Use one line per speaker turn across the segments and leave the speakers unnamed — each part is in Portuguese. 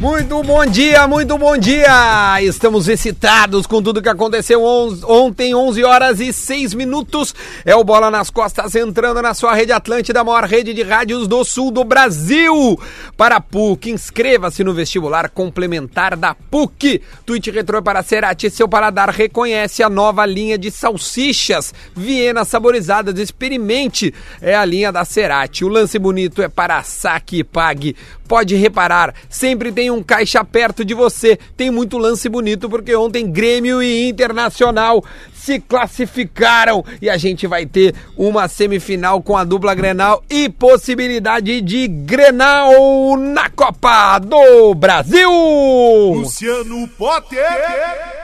Muito bom dia, muito bom dia! Estamos excitados com tudo que aconteceu on- ontem, 11 horas e 6 minutos. É o Bola nas Costas entrando na sua rede Atlântida, a maior rede de rádios do sul do Brasil. Para a PUC, inscreva-se no vestibular complementar da PUC. Tweet Retro é para Cerati, seu paladar reconhece a nova linha de salsichas, Viena saborizadas, experimente. É a linha da Cerati. O lance bonito é para saque e pague. Pode reparar, sempre tem um caixa perto de você. Tem muito lance bonito, porque ontem Grêmio e Internacional se classificaram e a gente vai ter uma semifinal com a dupla Grenal e possibilidade de Grenal na Copa do Brasil.
Luciano Potter.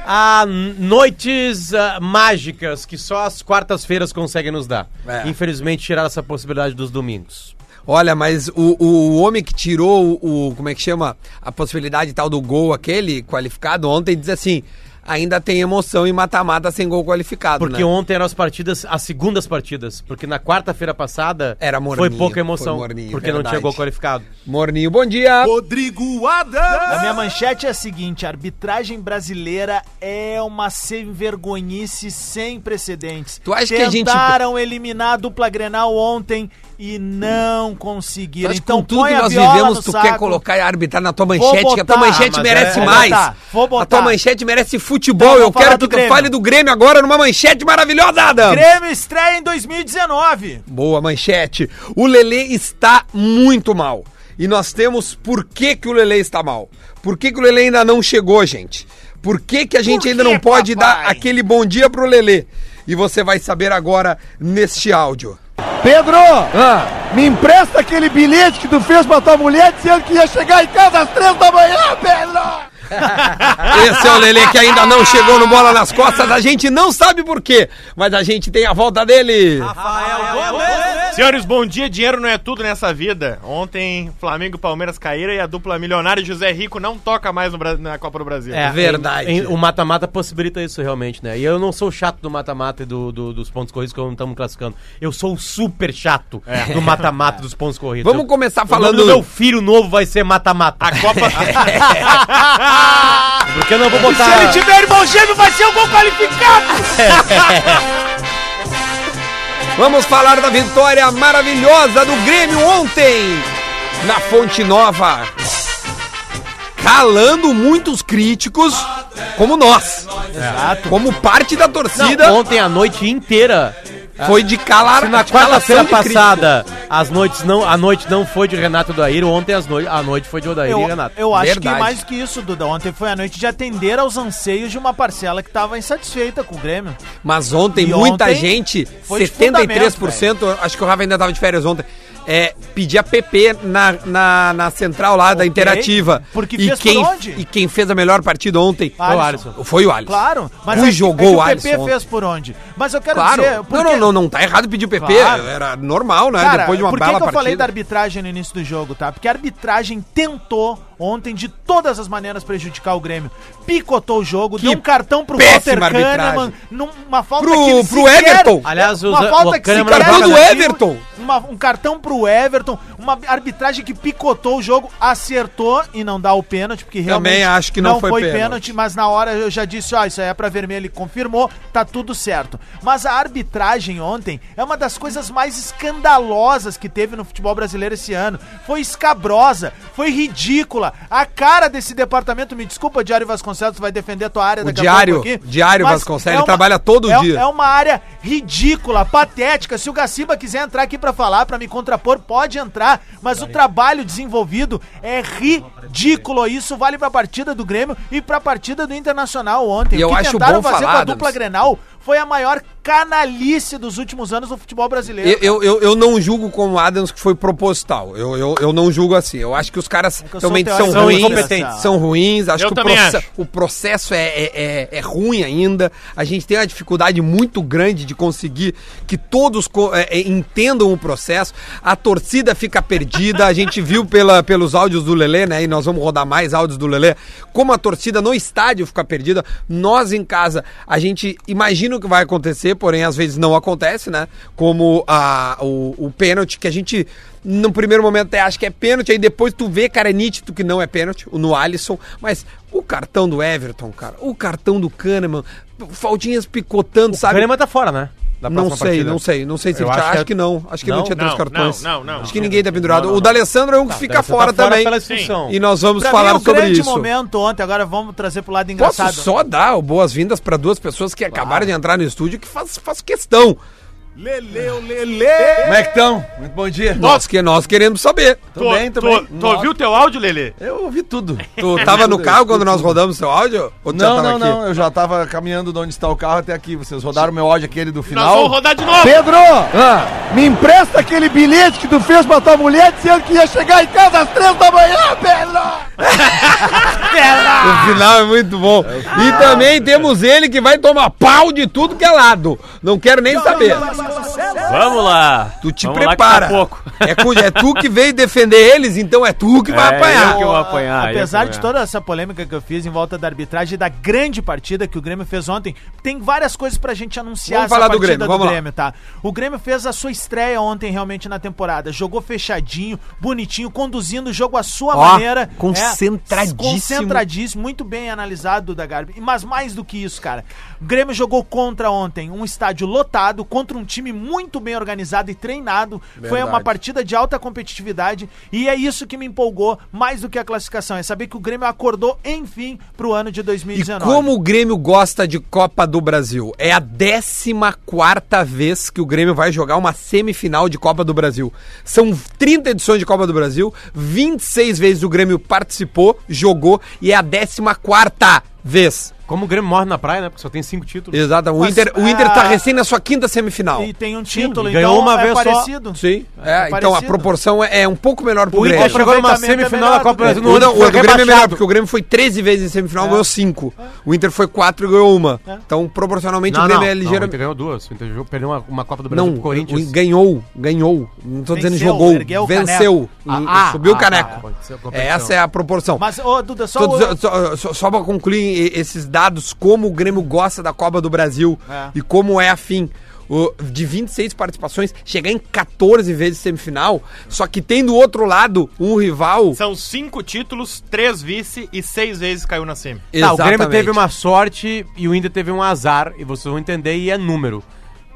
Há noites ah, mágicas que só as quartas-feiras conseguem nos dar.
É.
Infelizmente, tiraram essa possibilidade dos domingos.
Olha, mas o, o homem que tirou o, o- Como é que chama? A possibilidade tal do gol, aquele qualificado ontem, diz assim: ainda tem emoção em mata-mata sem gol qualificado.
Porque
né?
ontem eram as partidas, as segundas partidas. Porque na quarta-feira passada
Era
foi
morninho,
pouca emoção.
foi morninho,
porque não
verdade.
tinha gol qualificado.
Morninho, bom dia.
Rodrigo Adams.
A minha manchete é a seguinte: a arbitragem brasileira é uma sem vergonhice sem precedentes.
Tu acha que a
Tentaram
gente-
Tentaram eliminar a dupla Grenal ontem e não conseguiram.
Mas
Então,
com tudo
põe
que
a
nós
viola
vivemos,
no
tu
saco.
quer colocar e arbitrar na tua manchete, que a tua
botar,
manchete
mas
merece
é- vou
mais.
botar, tá, vou botar.
A tua manchete merece futebol.
Então
Eu
vamos
quero que
falar do
tu
Grêmio.
fale do Grêmio agora numa manchete maravilhosa, Adam.
Grêmio estreia em 2019.
Boa manchete. O Lelê está muito mal. E nós temos por que, que o Lelê está mal. Por que, que o Lelê ainda não chegou, gente? Por que, que a gente ainda não pode dar aquele bom dia pro Lelê? E você vai saber agora neste áudio. Ah.
Pedro, me empresta aquele bilhete que tu fez pra tua mulher dizendo que ia chegar em casa às três da manhã, Pedro!
Esse é o Lelê que ainda não chegou no Bola nas Costas. A gente não sabe por quê, mas a gente tem a volta dele.
Senhores, bom dia. Dinheiro não é tudo nessa vida. Ontem, Flamengo e Palmeiras caíram e a dupla milionária José Rico não toca mais no Bra- na Copa do Brasil.
É
verdade.
o mata-mata possibilita isso realmente, né? E eu não sou chato do mata-mata e do, do- dos pontos corridos que eu não estamos classificando. Eu sou o super chato
É.
do mata-mata e dos pontos corridos.
Vamos
Eu-
começar
o nome
falando-
do meu filho novo vai ser mata-mata.
A Copa.
Porque eu não vou botar.
tiver irmão gêmeo, vai ser o gol qualificado.
Vamos falar da vitória maravilhosa do Grêmio ontem na Fonte Nova. Calando muitos críticos, como nós. Exato. Como parte da torcida,
Não, ontem a noite inteira.
foi de calar
Se na
de calação
quarta-feira
de críticos.
passada as noites não, a noite não foi de Renato e Odair, ontem as noi- a noite foi de Odair
Eu,
e Renato.
eu acho
Verdade.
que mais que isso, Duda. Ontem foi a noite de atender aos anseios de uma parcela que estava insatisfeita com o Grêmio.
Mas ontem,
E
muita
ontem
gente,
foi de
73%, acho que o Rafa ainda tava de férias ontem, é, pedia PP na, na, na central lá da
Ok.
Interativa.
Porque
e
fez por
quem,
onde?
E quem fez a melhor partida ontem
Alisson.
foi o Alisson.
Claro, mas
Ui,
é que-
Um jogou
é
o
que o
Alisson.
PP
ontem.
fez por onde? Mas eu quero
Claro.
dizer,
não,
porque-
não, não, não tá errado pedir o PP.
Claro.
Era normal, né?
Cara,
Depois de uma
por que,
bela
que eu falei
partida.
da arbitragem no início do jogo, tá? Porque a arbitragem tentou ontem de todas as maneiras prejudicar o Grêmio. Picotou o jogo, deu um cartão pro Walter
péssima
Kahneman,
arbitragem.
numa falta
Pro-
que ele
pro Everton.
Aliás, o
uma
Zé-
falta
o
que sequer
Kahneman
Cartão
ele
do
viu,
Everton.
uma- um cartão pro Everton, uma arbitragem que picotou o jogo, acertou e não dá o pênalti, porque realmente
acho que não foi pênalti.
mas na hora eu já disse, ó, isso aí é pra vermelho, ele confirmou, tá tudo certo. Mas a arbitragem ontem é uma das coisas mais escandalosas que teve no futebol brasileiro esse ano. Foi escabrosa, foi ridícula. A cara desse departamento, me desculpa, Diário Vasconcelos, vai defender tua área
O
daqui
Diário-
a pouco aqui.
Diário
mas
Vasconcelos, ele trabalha todo
é-
dia.
É uma área ridícula, patética. Se o Gaciba quiser entrar aqui pra falar, pra me contrapor, pode entrar, mas o trabalho desenvolvido é ridículo. Isso vale pra partida do Grêmio e pra partida do Internacional ontem.
E eu
o que
acho
tentaram
bom
fazer
falar,
com a
Adams.
dupla Grenal foi a maior canalice dos últimos anos no futebol brasileiro.
Eu, eu, eu, eu não julgo como o Adams que foi proposital. Eu, eu, eu não julgo assim. Eu acho que os caras
É que eu sou um
realmente são
teórico
da
ruins.
incompetência.
São ruins. Acho
Eu
que o,
também
proce-
acho.
o processo é, é, é- é ruim ainda. A gente tem uma dificuldade muito grande de conseguir que todos co- é, é, entendam o processo. A torcida fica perdida. A gente viu pela, pelos áudios do Lelê, né? E nós vamos rodar mais áudios do Lelê. Como a torcida no estádio fica perdida, nós em casa, a gente imagina o que vai acontecer. acontecer, porém às vezes não acontece, né? Como a, o, o pênalti que a gente, no primeiro momento, até acha que é pênalti, aí depois tu vê, cara, é nítido que não é pênalti, o no Alisson, mas o cartão do Everton, cara, o cartão do Kahneman, faldinhas picotando,
O
sabe?
Kahneman tá fora, né? Da
Não
próxima
sei,
partida.
não sei, não sei se
Eu
ele tinha-
acho
acho,
que é-
que não, acho que não,
Não?
tinha três
Não,
cartões.
não, não, não.
acho que ninguém tá pendurado. O da Alessandro é um que fica
Deve ser
fora
tá
também.
pela expulsão.
E nós vamos
Pra
falar
é um
mim, o
sobre
grande
isso.
momento ontem, agora vamos trazer pro lado engraçado.
Posso só dar o boas-vindas para duas pessoas que acabaram de entrar no estúdio que faz, faz questão.
Leleu, lele.
Como é que estão? Muito bom dia.
Nós, que, nós queremos saber.
Tu, tu, tu ouviu o teu áudio, Lelê?
Eu ouvi tudo.
Tu tava no carro quando nós rodamos seu áudio? Ou tu já
Não,
tava
não,
aqui?
não. Eu já tava caminhando de onde está o carro até aqui. Vocês rodaram meu áudio aquele do
Nós vamos
final.
rodar de novo.
Pedro,
Ah.
me empresta aquele bilhete que tu fez pra tua mulher dizendo que ia chegar em casa às três da manhã, Pedro!
O final é muito bom. E também temos ele que vai tomar pau de tudo que é lado. Não quero nem saber.
é
Vamos lá.
Tu te
Vamos lá que tá
prepara.
pouco.
É, cu- é tu que veio defender eles, então é tu que vai
É,
apanhar.
eu que vou apanhar. eu
Apesar
que vou
de
apanhar.
toda essa polêmica que eu fiz em volta da arbitragem e da grande partida que o Grêmio fez ontem, tem várias coisas pra gente anunciar
Vamos falar do Grêmio,
partida
vamos lá.
tá? O Grêmio fez a sua estreia ontem realmente na temporada, jogou fechadinho, bonitinho, conduzindo o jogo à sua
Ó,
maneira.
concentradíssimo.
É, concentradíssimo, muito bem analisado da Garbi. Mas mais do que isso, cara, o Grêmio jogou contra ontem, um estádio lotado, contra um time muito bem organizado e treinado. Foi uma partida de alta competitividade e é isso que me empolgou mais do que a classificação, é saber que o Grêmio acordou enfim pro ano de
E
2019.
como o Grêmio gosta de Copa do Brasil? É a 14 vez que o Grêmio vai jogar uma semifinal de Copa do Brasil. São 30 edições de Copa do Brasil, 26 vezes o Grêmio participou, jogou e é a 14 vez.
Como o Grêmio morre na praia, né? Porque só tem cinco títulos.
Exato. O
Mas,
Inter, o Inter tá
ah,
recém na sua quinta semifinal.
E tem um
Sim,
título,
e ganhou uma
é
vez só.
parecido.
Sim. É, então a
parecido.
proporção é, é um pouco melhor pro
O Inter
Grêmio.
chegou numa
Aproveitamento é
semifinal
melhor
da Copa
do
do Brasil.
O, não, o
foi
do Grêmio é melhor,
rebaixado.
porque o Grêmio foi 13 vezes em semifinal, ganhou 5. O Inter foi 4 e ganhou 1. Então, proporcionalmente,
Não,
o Grêmio
não,
é
não, o
ligeiramente.
Inter ganhou duas. O Inter jogou- perdeu uma, uma Copa do Brasil
Não,
pro Corinthians. Tá,
o- ganhou, ganhou. Não tô dizendo
Venceu,
jogou,
ergueu o
venceu.
caneco.
Hum,
Ah, ah,
subiu o
ah,
caneco.
ah, ah,
É, essa é a proporção.
Mas, ô, Duda, só...
Tô
o-
dizendo- só, só, só pra concluir e- esses dados, como o Grêmio gosta da Copa do Brasil
É.
e como é afim. O- De 26 participações, chegar em 14 vezes semifinal, só que tem do outro lado um rival.
São cinco títulos, três vice e seis vezes caiu na semi.
Tá, o Grêmio
Exatamente.
teve uma sorte e o Inter teve um azar, e vocês vão entender, e é número.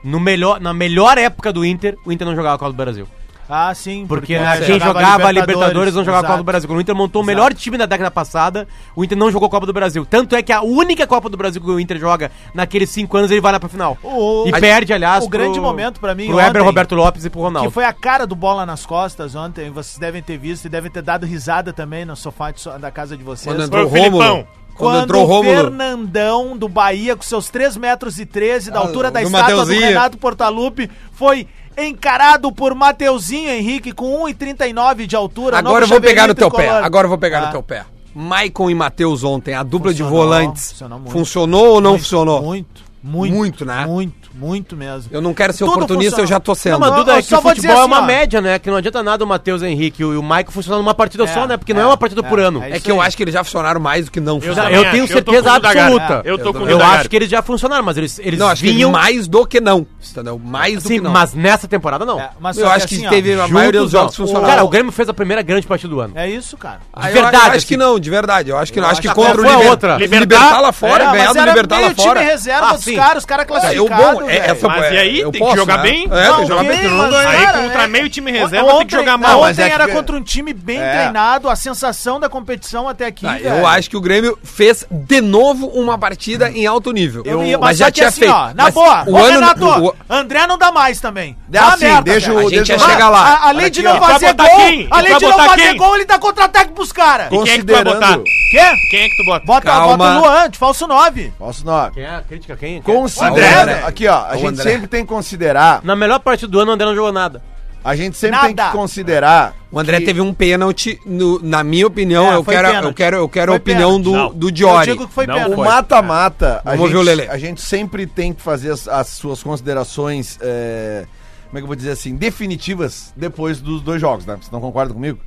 No melhor, na melhor época do Inter, o Inter não jogava a Copa do Brasil.
Ah, sim.
Porque né, quem jogava, a Libertadores não jogava a Copa do Brasil. Quando o Inter montou o melhor time da década passada, o Inter não jogou Copa do Brasil. Tanto é que a única Copa do Brasil que o Inter joga naqueles cinco anos, ele vai lá pra final.
O-
e
a-
perde, aliás,
o grande momento pra mim
pro Weber,
ontem-
Roberto Lopes e pro
Que
Ronaldo.
foi a cara do Bola nas Costas ontem, vocês devem ter visto e devem ter dado risada também no sofá de so- da casa de vocês.
Quando
Foi
entrou
o
o Rômulo.
Filipão.
Quando,
Quando
entrou o
o
Rômulo.
Fernandão do Bahia, com seus 3 metros e 13, da
Ah,
altura da
do
estátua do
Mateuzinho.
Renato Portaluppi, foi encarado por Mateuzinho Henrique com 1,39 de altura.
Agora eu vou pegar no teu pé. Agora eu vou pegar
Ah.
no teu pé. Maicon e Matheus ontem, a dupla
Funcionou,
de volantes.
funcionou
Funcionou,
muito.
ou não funcionou?
Muito, muito.
Muito, né?
Muito, muito mesmo.
Eu não quero ser
Tudo
oportunista,
funcionou.
eu já tô sendo.
Não, mas
Mas Duda,
Eu
é que
só
o
vou
futebol
dizer
é uma
assim, ó.
média, né? Que não adianta nada o Matheus Henrique e o, e o Maicon funcionando numa partida só, né? Porque não é uma partida por ano.
É que eu acho que eles já funcionaram mais do que não
Eu
funcionaram.
também
eu
acho,
tenho
eu tô
certeza
com o Dagar.
absoluta.
É, eu tô com o
Eu
Dagar.
acho que eles já funcionaram, mas eles, eles
Não, acho que
vinham...
mais do que não. Entendeu? Mais do
Sim,
que não.
mas nessa temporada não.
É, mas só
eu acho que
assim, ó,
teve a maioria dos
Juntos,
jogos
não.
funcionaram.
Cara, o Grêmio fez a primeira grande partida do ano.
É isso, cara.
Ah, eu-
verdade,
eu acho que
assim.
não, de verdade. Eu acho que não. Acho que
Qual
contra o
foi a
Liber-
outra?
Libertar, libertar tá lá fora,
É,
ganhar
mas
do
era
Libertar lá
meio
fora.
time reserva
Ah,
dos
sim.
caras, os caras
Cara,
classificados,
eu bom, é,
velho.
essa
Mas
é,
e aí,
eu
tem que jogar
né? É,
bem?
tem que jogar
ok,
bem.
mas,
Não,
Aí
cara,
contra
é-
meio time reserva tem que jogar
não,
mal.
Ontem
é que
era
ganha.
contra um time bem
É.
treinado, a sensação da competição até aqui.
Ah, eu acho que o Grêmio fez de novo uma partida em alto nível.
Eu,
mas,
ia- mas
já tinha feito.
Ó, na
Mas
boa,
o
ô,
ano,
Renato,
o-
André não dá mais também.
É
Dá
assim, deixa
cara.
o-
a gente
deixa
ia
eu-
Mas,
chegar lá.
a- além
Olha
de
aqui,
não
ó.
fazer
Vai botar
gol,
quem?
além
Vai
de não
botar
fazer
quem?
gol, ele dá contra-ataque pros caras.
E quem é que tu vai botar?
Considerando.
Quê?
Quem é que tu bota?
Bota,
Calma.
bota o Luan, de falso 9.
Posso não?
Quem é a crítica? Quem?
André,
Considerando.
né?
Aqui, ó. A
O
gente
André.
sempre tem que considerar.
Na melhor partida do ano, o André não jogou nada.
A gente sempre tem que
Nada.
considerar.
O André
que-
teve um pênalti, no- na minha opinião,
É,
eu,
foi
quero,
pênalti.
eu quero eu quero a
Foi
opinião
pênalti.
do,
Não.
do Diori.
Eu digo que foi
Não
pênalti.
O
foi.
mata-mata, a,
Vamos ouvir o
gente-
Lelê.
a gente sempre tem que fazer as, as suas considerações, é, como é que eu vou dizer assim, definitivas depois dos dois jogos, né? Vocês não concordam comigo?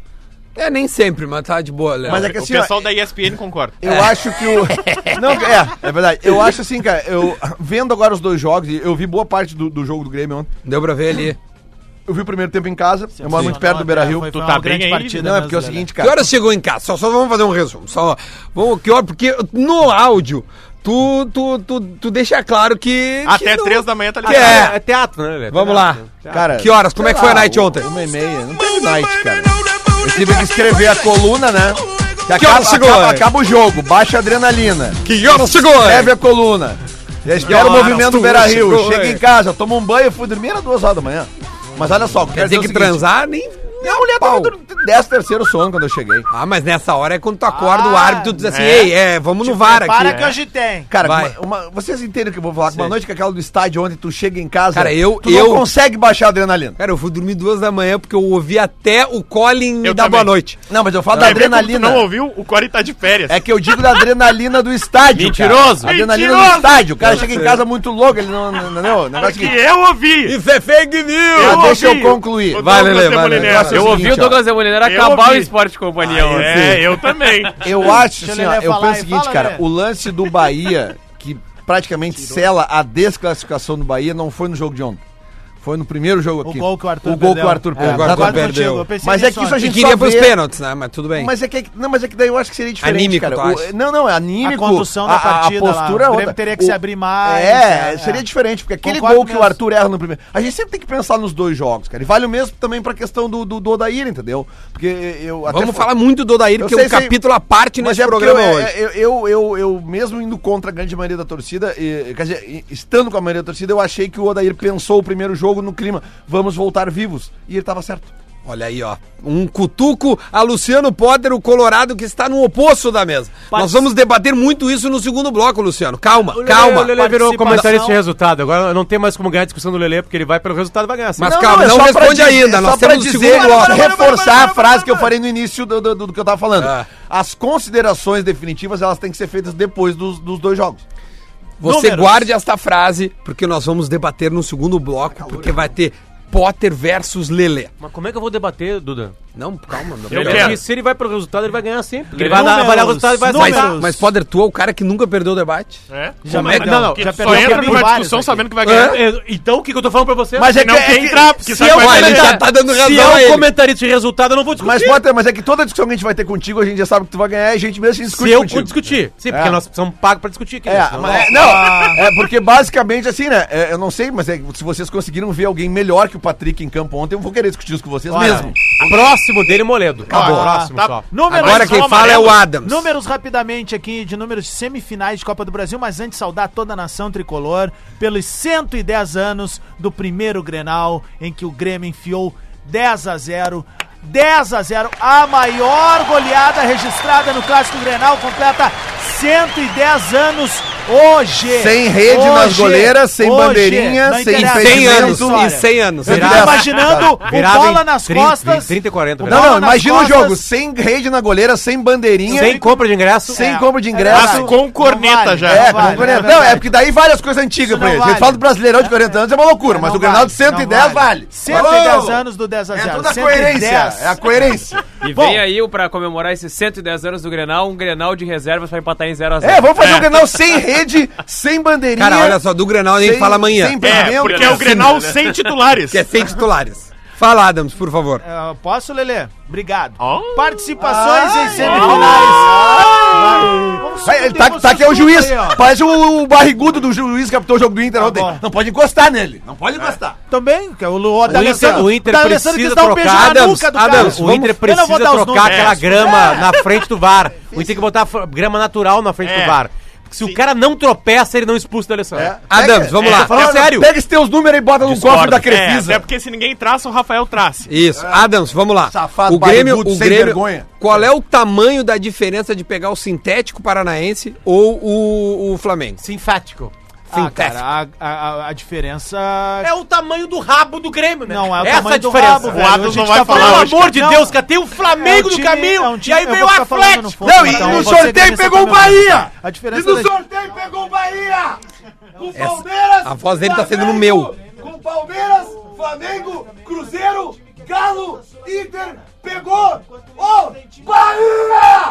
É, nem sempre, mas tá de boa, Léo.
Mas é que
O
assim, ó,
pessoal da ESPN concorda.
eu
É.
acho que o. Não, é, é verdade. Eu acho assim, cara, eu vendo agora os dois jogos, e eu vi boa parte do, do jogo do Grêmio ontem.
Deu pra ver ali.
Eu vi o primeiro tempo em casa, eu moro muito perto do Beira Rio.
é, Foi-
Tu
foi
tá
uma
bem
grande
aí?
partida
Não, é
mesmo,
porque é o
galera.
seguinte,
Que
cara.
horas chegou em casa? Só, só vamos fazer um resumo. Só, vamos, que hora? Porque no áudio, tu, tu, tu, tu deixa claro que.
Até
que
três da manhã tá
Que
ligado.
é.
teatro, né? velho?
Vamos lá.
Cara,
Que horas? Como é que foi a
lá,
night
o-
ontem?
Uma e meia. Não teve night, cara. Eu tive que escrever a coluna, né? Que,
Que horas
acaba,
chegou,
acaba,
hein?
acaba o jogo, baixa a adrenalina.
Que horas chegou?
É,
Escreve a coluna. Já espera o
horas
movimento do
tu
Beira Rio.
chegou,
Chega
hein?
em casa, toma um banho, eu fui dormir, era duas horas da manhã. Mas olha só,
é,
Quer dizer que transar nem.
Minha mulher
tá
Pau.
tava dormindo 10 terceiro sono quando eu cheguei.
Ah, mas nessa hora é quando tu acorda, o
Ah,
árbitro diz assim:
é.
ei, é, vamos no VAR aqui.
Para que
É.
hoje tem.
Cara,
Vai.
uma- uma- vocês entendem o que eu vou falar? Uma noite que aquela do estádio onde tu chega em casa,
Cara, eu-
tu
eu-
não consegue baixar a adrenalina.
Cara, eu fui dormir duas da manhã porque eu ouvi até o Colin me
Eu
dar
também.
boa noite.
Não, mas eu falo da
Quer ver como
adrenalina.
Tu não ouviu? O Corey tá de férias.
É que eu digo da adrenalina do estádio.
Mentiroso.
Cara. Adrenalina do
Mentiroso.
estádio. O cara chega em casa muito louco, ele não. não- Entendeu? O negócio
que
que.
eu ouvi.
Isso é fake news!
Ah,
Eu
deixa
ouvi.
eu concluir.
O
Vai,
Douglas
Lele,
um
vai,
Demoliner.
Lele.
Nossa,
Eu
o
ouvi
seguinte,
o Douglas Demolinero
Eu
acabar o
ouvi.
Esporte Companhia ontem.
É, eu também.
Eu acho,
Deixa
assim,
o
ó,
Lelé
eu
falar
penso o
aí,
seguinte,
fala,
cara,
Lelé.
o lance do Bahia, que praticamente sela a desclassificação do Bahia, não foi no jogo de ontem. Foi no primeiro jogo
O
aqui.
gol que o Arthur
O gol que o Arthur
perdeu. É,
perdeu.
O Arthur
concordo
perdeu.
contigo, eu pensei
Mas é
nisso
que isso a
ontem.
E
gente
queria
só
pros
vê-
pênaltis, né? Mas tudo bem.
Mas é que não, mas é que daí eu acho que seria diferente,
Anímico,
cara.
tu
O-
acha?
não, não, é anímico.
A condução da partida lá.
postura é
O Grêmio
outra.
teria que se abrir mais,
É,
é,
seria
é.
diferente, porque aquele
Concordo
gol que o
mesmo.
Arthur erra no primeiro. A gente sempre tem que pensar nos dois jogos, cara. E vale o mesmo também pra questão do, do, do Odair, entendeu? Porque eh, eu até
Vamos
fa-
falar muito do Odair,
Eu
que é
sei,
um
sei.
capítulo à parte
mas
nesse
é porque
programa
eu,
hoje.
é- Eu, eu, eu, eu, mesmo indo contra a grande maioria da torcida, e- eh, quer dizer, e- estando com a maioria da torcida, eu achei que o Odair pensou o primeiro jogo no clima. Vamos voltar vivos. E ele tava certo.
Olha aí, ó. Um cutuco a Luciano Potter, o Colorado, que está no oposto da mesa. Nós vamos debater muito isso no segundo bloco, Luciano. Calma, calma.
O Ah, Lelê virou
Participação.
comentarista de resultado. Agora não tem mais como ganhar a discussão do Lelê, porque ele vai pelo resultado e vai ganhar. sim.
Mas calma,
é
não,
só pra
responde
dizer-
ainda.
é
Nós
só pra
temos o
dizer,
segundo bloco.
reforçar a frase que eu falei no início do, do- do que eu tava falando.
Ah.
As considerações definitivas, elas têm que ser feitas depois dos, dos dois jogos.
Você
Números.
guarde esta frase, porque nós vamos debater no segundo bloco, porque vai ter Potter versus Lelê.
Mas como é que eu vou debater, Duda?
Não, calma. Não.
Eu
Ele
quero.
disse, se ele vai pelo resultado, ele vai ganhar sempre. Ele vai
Números,
dar- avaliar o resultado e vai
Mas,
acertar.
números.
mas, Potter, tu é o cara que nunca perdeu o debate.
É?
Já
Como
perdeu.
Não,
Não,
não.
não, já
que
perdeu,
Só entra
tem
numa
vários
discussão
aqui.
sabendo que vai ganhar.
É, Então o que, que eu tô falando pra você?
Mas é
não
que- é
tem
que-
trapo, que
se
sabe
eu
que vai
Mas ele
comentar-
ganhar.
já tá dando razão
Se
a
é um
ele.
comentarista de resultado, eu não vou discutir.
Mas, Potter, mas é que toda discussão que a gente vai ter contigo, a gente já sabe que tu vai ganhar e a gente mesmo se discute
se eu
contigo.
vou discutir. Sim, porque
É.
nós somos pagos pra discutir aqui.
É,
né? Senão-
mas, é, não, é porque basicamente assim, né? é, eu não sei, mas é, que se vocês conseguiram ver alguém melhor que o Patrick em campo ontem, eu vou querer discutir isso com
Ah,
vocês
Olha,
mesmo.
Próximo dele, Moledo.
Acabou.
Próximo
Tá.
só.
Números,
Agora quem fala é o Adams.
Números rapidamente aqui de números de semifinais de Copa do Brasil, mas antes saudar toda a nação tricolor pelos 110 anos do primeiro Grenal, em que o Grêmio enfiou 10 a 0. 10 a 0, a maior goleada registrada no Clássico Grenal, completa 110 anos hoje.
Sem rede nas goleiras, sem bandeirinha,
não
sem
interessa,
E 100
Entendeu?
anos.
história.
E 100 anos.
Eu
Virava-
tô imaginando
Virava
o
em
bola nas
30,
costas.
30 e 40,
o
velho.
Não,
bola
não,
nas
imagina
costas.
o jogo, sem rede na goleira, sem bandeirinha.
Sem compra de ingresso.
Sem
É.
compra de ingresso.
Mas com corneta
Não vale,
já.
É,
não vale,
não, é,
verdade.
não, é porque daí várias coisas antigas
Isso
pra
não
ele. A
vale.
gente fala do brasileirão de 40 anos, é uma loucura, mas
Não
o Grenal de
vale,
110
não
vale.
110
Alô?
anos do 10 a 0.
É toda a coerência. É a coerência.
E
Bom.
vem aí, pra comemorar esses 110 anos do Grenal, um Grenal de reservas pra empatar em 0x0.
É, vamos fazer o Grenal sem rede, sem bandeirinha.
Cara, olha só, do Grenal a gente
sem,
fala amanhã.
Sem
É,
pimenta.
porque é o Grenal sem titulares.
Que é sem titulares. Fala, Adams, por favor.
Eu É, posso, Lelê? Obrigado.
Oh.
Participações em semifinais. Vai. Vamos
Vai, ele
subir
tá,
vocês
tá aqui é o
tudo
juiz.
aí, ó. Tá
Parece o, o barrigudo do juiz que captou o jogo do Inter ontem.
bom.
Não pode encostar nele. Não pode encostar.
Também, que é o Lu,
O Inter, o Inter
tá
precisa
um
trocar.
Adams, Adams,
o Inter precisa trocar
grana.
aquela grama na frente do VAR. O Inter tem que botar a fr- grama natural na frente
É.
do VAR. Porque se o cara não tropeça, ele não expulsa da Alessandro.
Adams, vamos
é,
lá.
eu
Fala,
É sério.
Pega esses teus números e bota no cofre da Crefisa.
É, até porque se ninguém traça, o Rafael traça.
Isso.
É.
Adams, vamos lá.
Safado,
o Grêmio,
barrigudo,
o
sem
Grêmio,
vergonha.
Qual é o tamanho da diferença de pegar o sintético paranaense ou o, o Flamengo?
Sinfático.
Ah, cara, a, a- a- a diferença...
É o tamanho do rabo do Grêmio, né?
Não, é o
Essa
tamanho
a
do
diferença.
rabo, velho.
O Adams
A gente
não vai
tá
falar
falando-
Pelo
hoje,
amor de
Não,
Deus, cara, tem o Flamengo
É um time-
no caminho
é um time-
e aí
eu vou
veio o
ficar falando
Atlético.
no fundo,
Não, e
então
no
eu vou ser
sorteio
gremista
pegou o
também.
Bahia.
A
E
diferença
no
da-
sorteio pegou o Bahia! O Palmeiras!
a voz dele tá sendo no
Flamengo,
meu.
Com Palmeiras, Flamengo, Cruzeiro, Galo, Inter, Pegou! Ô! Bahia!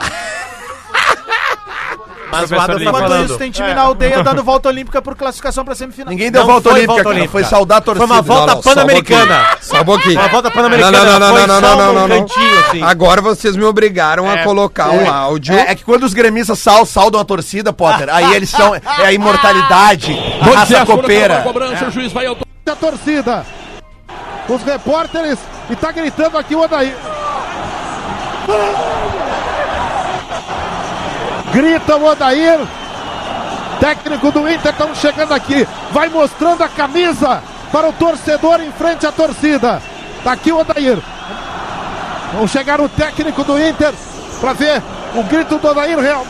Mas o
Professor
Adam tá
Lima.
Enquanto isso,
falando.
tem time na aldeia dando volta olímpica por classificação pra semifinal.
Ninguém deu
Não
volta
foi
olímpica,
volta
cara,
olímpica.
Foi saudar a torcida.
Foi uma volta
Não, não,
pan-americana.
Só um pouquinho.
Uma volta
Não,
pan-americana.
não, não,
foi
não, não,
só
não,
num
não, não.
cantinho, assim.
Agora vocês me obrigaram a
É,
colocar um áudio.
É, é que quando os gremistas sal, saudam a torcida, Potter, aí eles são. É a imortalidade, a raça copeira.
da torcida. Os repórteres e tá gritando aqui o Odair. Grita o Odair. Técnico do Inter estão chegando aqui. Vai mostrando a camisa para o torcedor em frente à torcida. Tá aqui o Odair. Vão chegar o técnico do Inter para ver o grito do Odair real.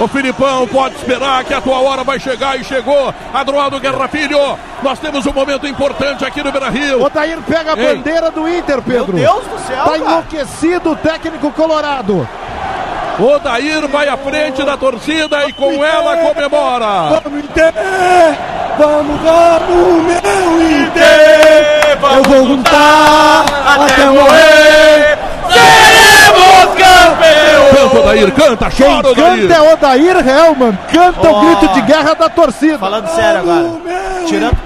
O Filipão pode esperar que a tua hora vai chegar e chegou. Adroaldo Guerra Filho, nós temos um momento importante aqui no Beira Rio.
Odair pega a
Ei.
bandeira do Inter, Pedro.
do
Tá
céu, cara.
enlouquecido o técnico colorado.
Odair vai à frente da torcida e com ela comemora.
Vamos, Inter! Vamos, vamos, meu Inter! Eu vou lutar até morrer!
Canta, Odair, canta,
Quem
chora, Odair.
canta é Odair Helman, canta o grito de guerra da torcida.
Falando sério agora. Tirando,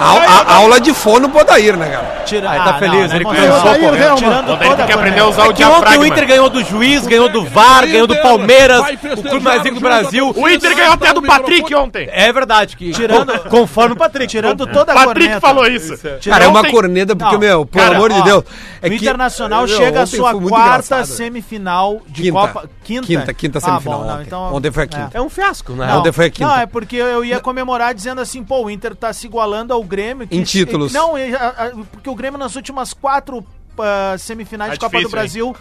Au- a- aula de fono pro Odair, né, cara?
tirando.
Ah, ele tá feliz, ele
mas
começou
Odair
correndo.
Helman.
O
é Tirando
Odair
toda
tem
a
que aprender a
bandeira.
usar o
é Que ontem o
diafragma.
Inter ganhou do juiz, ganhou do VAR, ganhou do
Inter
Palmeiras,
vai
o
festejar
clube mais rico do
junto à
Brasil.
torcida.
O Inter ganhou até do Patrick ontem.
É verdade que
Tirando-
conforme o Patrick.
Tirando toda a
Patrick
corneta.
falou isso.
Cara, é uma
Ontem-
corneta, porque,
Não,
meu, pelo
cara,
amor de
ó,
Deus. É
o Internacional
Meu,
chega à
ontem
sua
foi muito
quarta
engraçado.
semifinal de
Quinta.
Copa. Quinta?
Quinta, quinta
Ah,
semifinal
bom, não,
ontem.
então-
Ontem foi a
é.
quinta.
É um fiasco, na
Não,
real.
Ontem foi a quinta.
Não, é porque eu ia comemorar dizendo assim, pô, o Inter tá se igualando ao Grêmio. que-
Em títulos.
e- Não, e- a- a- porque o Grêmio nas últimas quatro ah, semifinais
Tá
de Copa do
difícil,
Brasil.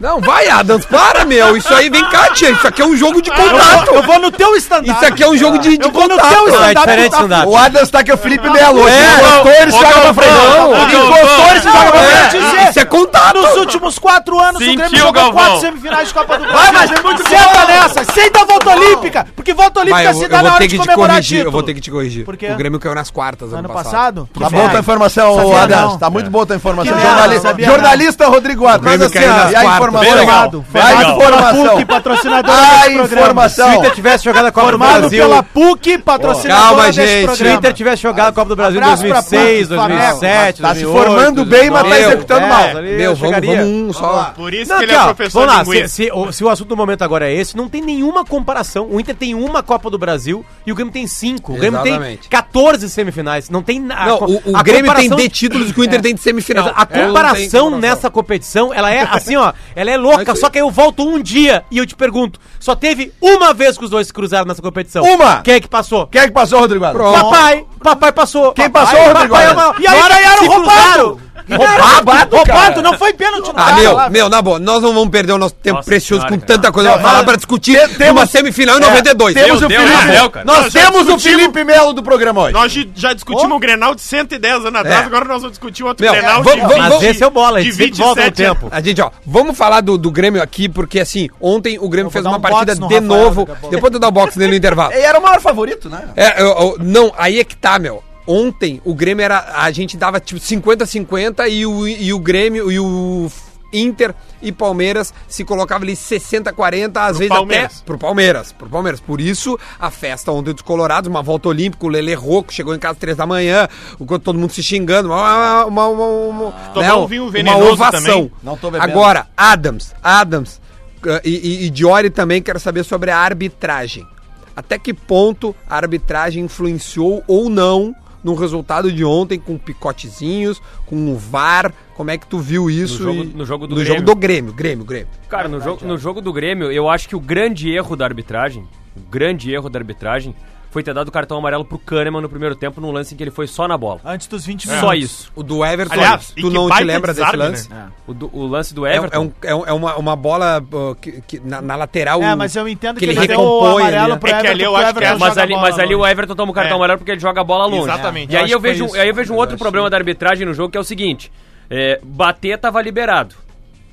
Não, vai, Adams, para, meu. Isso aí, vem cá, tia. Isso aqui é um jogo de contato.
Eu vou no teu estandarte.
Isso aqui é um jogo de, de contato. né?
Não, é diferente, Sandá.
O Adams tá que é o Felipe Melo. hoje.
É,
Ele botou, ele
ô,
joga pra
Galvão,
frente.
ô,
Ele
Galvão.
encostou, ele joga pra
eu vou
frente.
te
É,
dizer.
isso é
Ah,
contato.
Nos últimos quatro anos o Grêmio
Sentiu,
jogou
Galvão.
quatro semifinais de Copa do Brasil.
mas é muito
Senta
bom.
nessa, senta a volta olímpica, porque volta
Vai,
olímpica
eu,
se
eu
dá na
vou
hora
ter
de
que te
comemorar
corrigir,
título.
eu vou ter que te corrigir.
Por quê?
O Grêmio caiu nas quartas ano,
Ano passado?
Tá boa tua informação, ô
Sabia
Adams.
não.
Tá muito boa tua informação.
Que merda,
Jornalista,
sabia
jornalista Rodrigo Adams.
Grêmio
Mas assim,
caiu nas
ó, e a
quartas.
informação.
Bem legal.
A
Bem legal.
informação.
PUC, patrocinadora
Ah,
A
desse programa.
Se o
informação.
Inter tivesse jogado a Copa do
Formado
Brasil.
pela PUC, patrocinadora
Calma,
desse
gente.
Se o
programa.
Inter tivesse jogado a Copa do Brasil em
Abraço pra
2006,
Flamengo.
2007,
Tá se
2008,
formando bem, mas tá
2009,
executando
é,
mal.
ali
Meu, vamos,
chegaria.
vamos um só.
Por isso
Não,
que ele
aqui,
é
ó,
professor
vamos lá,
de
se,
linguiça.
se, o, se o assunto do momento agora é esse, não tem nenhuma comparação. O Inter tem uma Copa do Brasil e o Grêmio tem cinco. O Grêmio
Exatamente.
tem 14 semifinais. Não tem na- a
Não,
co-
o, o
a
Grêmio tem
comparação-
D títulos que o Inter tem de semifinal.
Exa-
É,
A
não tem
comparação nessa competição, ela é assim, ó, ela é louca, só que aí eu volto um dia e eu te pergunto, só teve uma vez que os dois se cruzaram nessa competição.
Uma!
Quem é que passou?
Quem é que passou, Rodrigo Adams?
Pronto.
Papai, papai passou.
Quem
Papai,
passou, Rodrigo
Papai, é
Adams?
uma- E aí ganharam roubado.
Roubado,
Roubado, não foi pênalti. não
Ah,
tá,
meu,
lá.
meu, na boa, nós não vamos perder o nosso tempo
Nossa
precioso
senhora,
com tanta coisa pra
é,
falar pra discutir
um-
uma semifinal em 92.
É. Temos
Meu
o
Deus,
Felipe.
Abel, cara.
Nós
Nós já
temos o
um
discutimos-
Felipe Melo do programa hoje.
Nós de- já discutimos o Grenal de 110 anos atrás,
É.
agora nós vamos discutir outro
Meu,
Grenal
vamos-
de
vamos-
Mas esse é o bola, a
de
gente sempre volta no
27
tempo.
A gente, ó, vamos falar do, do Grêmio aqui, porque assim, ontem o Grêmio
vou
fez
dar
uma
um
partida
box no
de
Rafael
novo.
daqui a pouco.
Depois eu vou dar o box nele no intervalo.
Era o maior favorito, né?
É, eu- eu- não, aí é que tá, meu. Ontem o Grêmio era. A gente dava tipo 50-50 e o, e o Grêmio e o Inter e Palmeiras se colocavam ali 60-40, às vezes
Palmeiras.
até. Pro Palmeiras, pro Palmeiras. Por isso, a festa ontem dos Colorados, uma volta olímpica, o Lele Roco chegou em casa às três da manhã, o- todo mundo se xingando. Uma, uma, uma, uma,
Tomou
né,
um vinho venenoso também.
Não tô bebendo.
Agora, Adams, Adams eh, e, e, e Diori também quero saber sobre a arbitragem. Até que ponto a arbitragem influenciou ou não no resultado de ontem com picotezinhos, com o VAR? Como é que tu viu isso?
jogo-
e-
no jogo do
no
Grêmio.
jogo do Grêmio, Grêmio, Grêmio.
Cara, no,
é.
jogo, no jogo do Grêmio, eu acho que o grande erro da arbitragem, o grande erro da arbitragem, foi ter dado o cartão amarelo pro Kahneman no primeiro tempo, num lance em que ele foi só na bola.
Antes dos 20
É.
É.
minutos.
Só isso.
O do Everton,
Aliás, e
tu
que
não te
baita
lembra desse
desarme,
lance?
né?
O, do- o lance do
É,
Everton.
é um- é um- é uma, uma bola ó, que, que na, na lateral.
É, mas eu entendo
que ele
deu o
recompõe ali,
amarelo
né?
pro
É que ali
Everton,
eu
porque o
acho que é,
Everton
Mas
joga
ali,
a
mas
bola
ali o
longe.
Everton toma o cartão
É.
amarelo porque ele joga a bola longe.
Exatamente.
E
Eu
aí
acho
eu
que foi
vejo,
isso.
aí eu vejo um outro problema da arbitragem no jogo que é o seguinte: é, bater tava liberado.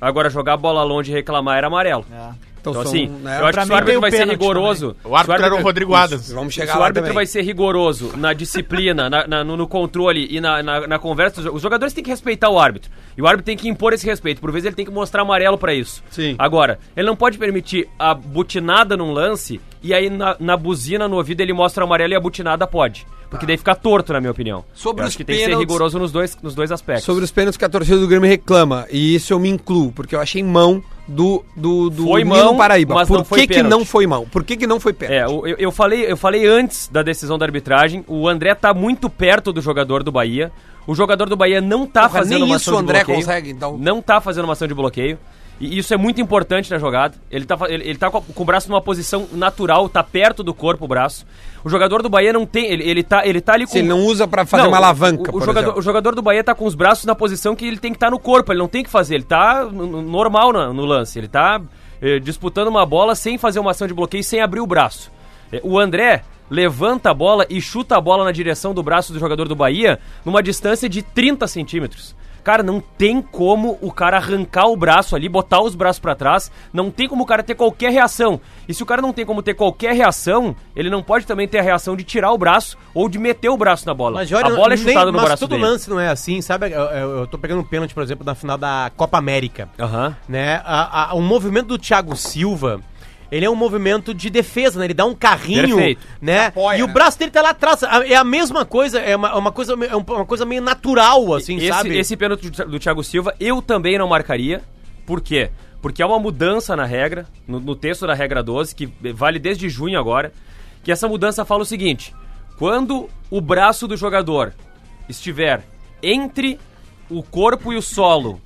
Agora jogar a bola longe e reclamar era amarelo.
Então,
Então,
são,
assim,
né,
eu acho
pra
que se
mim
o árbitro
tem
vai
o
ser
pênalti
rigoroso.
O árbitro
se
era o Rodrigo Adams.
Vamos
Se
chegar
o
lá
árbitro
também.
vai ser rigoroso na disciplina, na- na- no, no controle e na, na- na conversa, dos jo- os jogadores têm que respeitar o árbitro. E o árbitro tem que impor esse respeito. Por vezes ele tem que mostrar amarelo pra isso.
Sim.
Agora, ele não pode permitir a butinada num lance e aí na, na buzina, no ouvido, ele mostra amarelo e a butinada pode. Porque daí fica torto, na minha opinião.
Tá. Sobre
Eu
os
acho que tem que ser
pênaltis-
rigoroso nos dois, nos dois aspectos.
Sobre os pênaltis que a torcida do Grêmio reclama, e isso eu me incluo, porque eu achei mão do, do, do
Foi
Nino
mão,
Paraíba.
mas
Por
não foi
que, que
pênalti.
não foi mão? Por que, que não foi pênalti?
É, o- eu, eu falei, eu falei antes da decisão da arbitragem, o André tá muito perto do jogador do Bahia. O jogador do Bahia não tá
Porra,
fazendo
nem
uma
isso
ação
o André
de bloqueio.
consegue, então.
Não tá fazendo uma ação de bloqueio. E isso é muito importante na jogada. Ele tá, fa- ele, ele tá com, a- com o braço numa posição natural, tá perto do corpo o braço. O jogador do Bahia não tem. Ele, ele, tá, ele tá ali com.
Se ele não usa pra fazer
Não,
uma
o-
alavanca,
o, o
por
jogador,
exemplo.
o jogador do Bahia tá com os braços na posição que ele tem que estar no corpo, ele não tem que fazer, ele tá n- n- normal na- no lance, ele tá eh, disputando uma bola sem fazer uma ação de bloqueio, sem abrir o braço. Eh, O André levanta a bola e chuta a bola na direção do braço do jogador do Bahia numa distância de 30 centímetros. Cara, não tem como o cara arrancar o braço ali, botar os braços pra trás, não tem como o cara ter qualquer reação. E se o cara não tem como ter qualquer reação, ele não pode também ter a reação de tirar o braço ou de meter o braço na bola.
Mas, olha,
a bola é
nem-
chutada no
mas
braço
todo
dele.
lance não é assim, sabe? Eu, eu, eu tô pegando um pênalti, por exemplo, na final da Copa América.
Aham.
Né? A, a- o movimento do Thiago Silva, ele é um movimento de defesa, né? Ele dá um carrinho,
Perfeito.
né?
Apoia,
e o
né?
braço dele tá lá atrás. A- É a mesma coisa, é uma, é uma coisa, é uma coisa meio natural, assim,
esse,
sabe?
Esse pênalti do Thi- do Thiago Silva eu também não marcaria. Por quê? Porque há uma mudança na regra, no, no texto da regra 12, que vale desde junho agora, que essa mudança fala o seguinte: quando o braço do jogador estiver entre o corpo e o solo,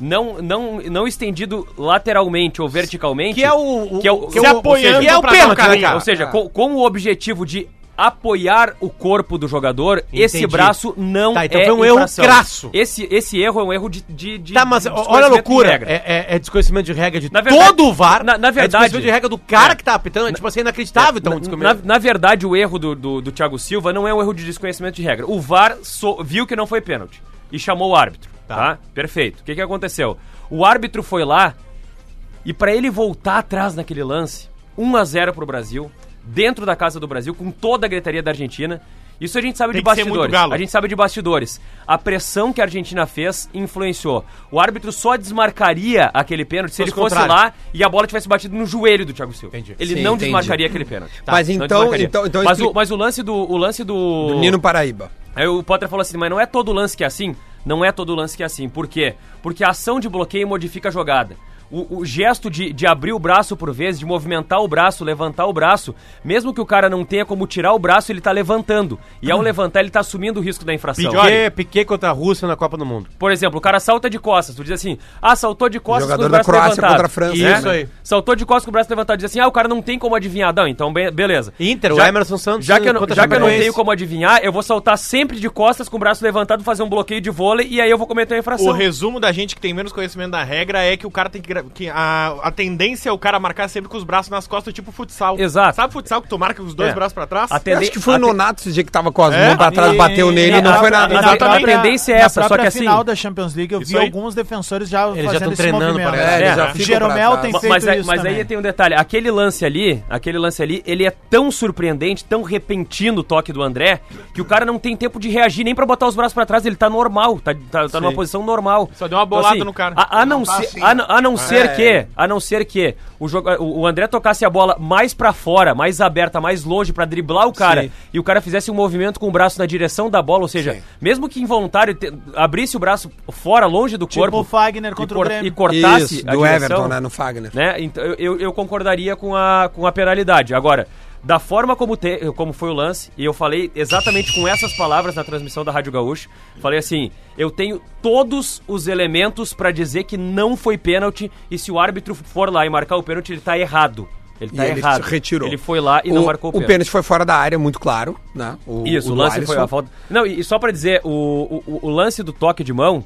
não, não, não estendido lateralmente ou verticalmente,
Que é o- o-
que é o, ou
que é o-
seja,
apoiando
que é o
pra
pênalti, né,
tocar, né,
cara?
cara?
Ou seja, com, com o objetivo de apoiar o corpo do jogador, esse
Entendi.
braço não
Tá, então
é
foi um erro
infração.
crasso.
Esse, esse erro é um erro de. de, de
Tá, mas
de
olha a
desconhecimento de
loucura.
regra.
É, é- é desconhecimento de regra de
Na verdade-
todo o VAR.
na- na
É desconhecimento
verdade-
de regra do cara
É.
que tá apitando. É, tipo assim, inacreditável. então,
na, na, na verdade, o erro do, do, do Thiago Silva não é um erro de desconhecimento de regra. O VAR so- viu que não foi pênalti e chamou o árbitro. Tá. Perfeito. O que, que aconteceu? O árbitro foi lá e pra ele voltar atrás naquele lance, 1 a 0 pro Brasil, dentro da casa do Brasil, com toda a gritaria da Argentina. Isso a gente sabe
Tem
de
que ser muito
bastidores.
galo.
A gente sabe de bastidores. A pressão que a Argentina fez influenciou. O árbitro só desmarcaria aquele pênalti se
Fosse
ele fosse
contrário.
lá e a bola tivesse batido no joelho do Thiago Silva.
Entendi.
Ele
Sim,
não
entendi.
desmarcaria aquele pênalti. Tá,
Mas
Não
então-
desmarcaria.
então- então
mas,
explica-
o, mas o lance do o lance do,
Nino Paraíba.
Aí o Potter falou assim, mas não é todo lance que é assim? Não é todo lance que é assim. Por quê? Porque a ação de bloqueio modifica a jogada. O, o gesto de, de abrir o braço por vezes, de movimentar o braço, levantar o braço, mesmo que o cara não tenha como tirar o braço, ele tá levantando. E
Ah.
ao levantar, ele tá assumindo o risco da infração.
Piquet, Piquet contra a Rússia na Copa do Mundo.
Por exemplo, o cara salta de costas. Tu diz assim, ah, saltou de costas
Jogador da Croácia contra a França,
Isso
né?
aí. Saltou de costas com o braço levantado. Diz assim, ah, o cara não tem como adivinhar. Não, então be- beleza.
Inter,
Já-
o Emerson Santos.
Já que, eu, não-
contra
já que eu não
Chapecoense.
tenho como adivinhar, eu vou saltar sempre de costas com o braço levantado, fazer um bloqueio de vôlei e aí eu vou cometer uma infração.
O resumo da gente que tem menos conhecimento da regra é que o cara tem que. gra- que a, a tendência é o cara marcar sempre com os braços nas costas, tipo futsal.
Exato.
Sabe futsal que tu marca com os dois
É.
braços pra trás? Então
A
Eu
tenden-
acho que foi o
a te-
Nonato esse dia que tava com as mãos
É?
pra trás,
E-
bateu nele e não
na-
foi nada.
na-
Mas a- a, tendência é essa, só que assim...
final da Champions League eu
Isso
vi
aí.
alguns defensores já
Eles já
fazendo
tão
esse
treinando,
movimento.
parece.
É, eles já
É.
ficam pra
Jeromel tem
trás.
feito
é-
Mas, aí-
isso
mas
também.
aí tem um detalhe, aquele lance ali, aquele lance ali, ele é tão surpreendente, tão repentino o toque do André, que o cara não tem tempo de reagir nem pra botar os braços pra trás, ele tá normal, tá, tá, tá numa posição normal. Então, assim,
Só deu uma bolada no cara.
A, a não,
Tá
ser,
assim.
a, não- a
É.
não ser que, a não ser que o, joga- o o André tocasse a bola mais pra fora, mais aberta, mais longe pra driblar o cara, e o cara fizesse um movimento com o braço na direção da bola, ou seja, mesmo que involuntário te- abrisse o braço fora, longe do
Tipo
corpo,
o Fagner
e,
contra o
cor- e
Grêmio.
cortasse
Isso,
a
do
direção,
Everton, né, no Fagner.
né? Então eu, eu- eu concordaria com a, com a penalidade. Agora, da forma como, te- como foi o lance, e eu falei exatamente com essas palavras na transmissão da Rádio Gaúcho, falei assim: eu tenho todos os elementos pra dizer que não foi pênalti, e se o árbitro for lá e marcar o pênalti, ele tá errado. Ele
E
tá
ele
errado.
retirou.
Ele foi lá e
o,
não marcou
o pênalti. foi fora da área, muito claro, né?
isso, o
do
lance foi
Alisson.
a falta. Não, e, e só pra dizer, o, o- o lance do toque de mão,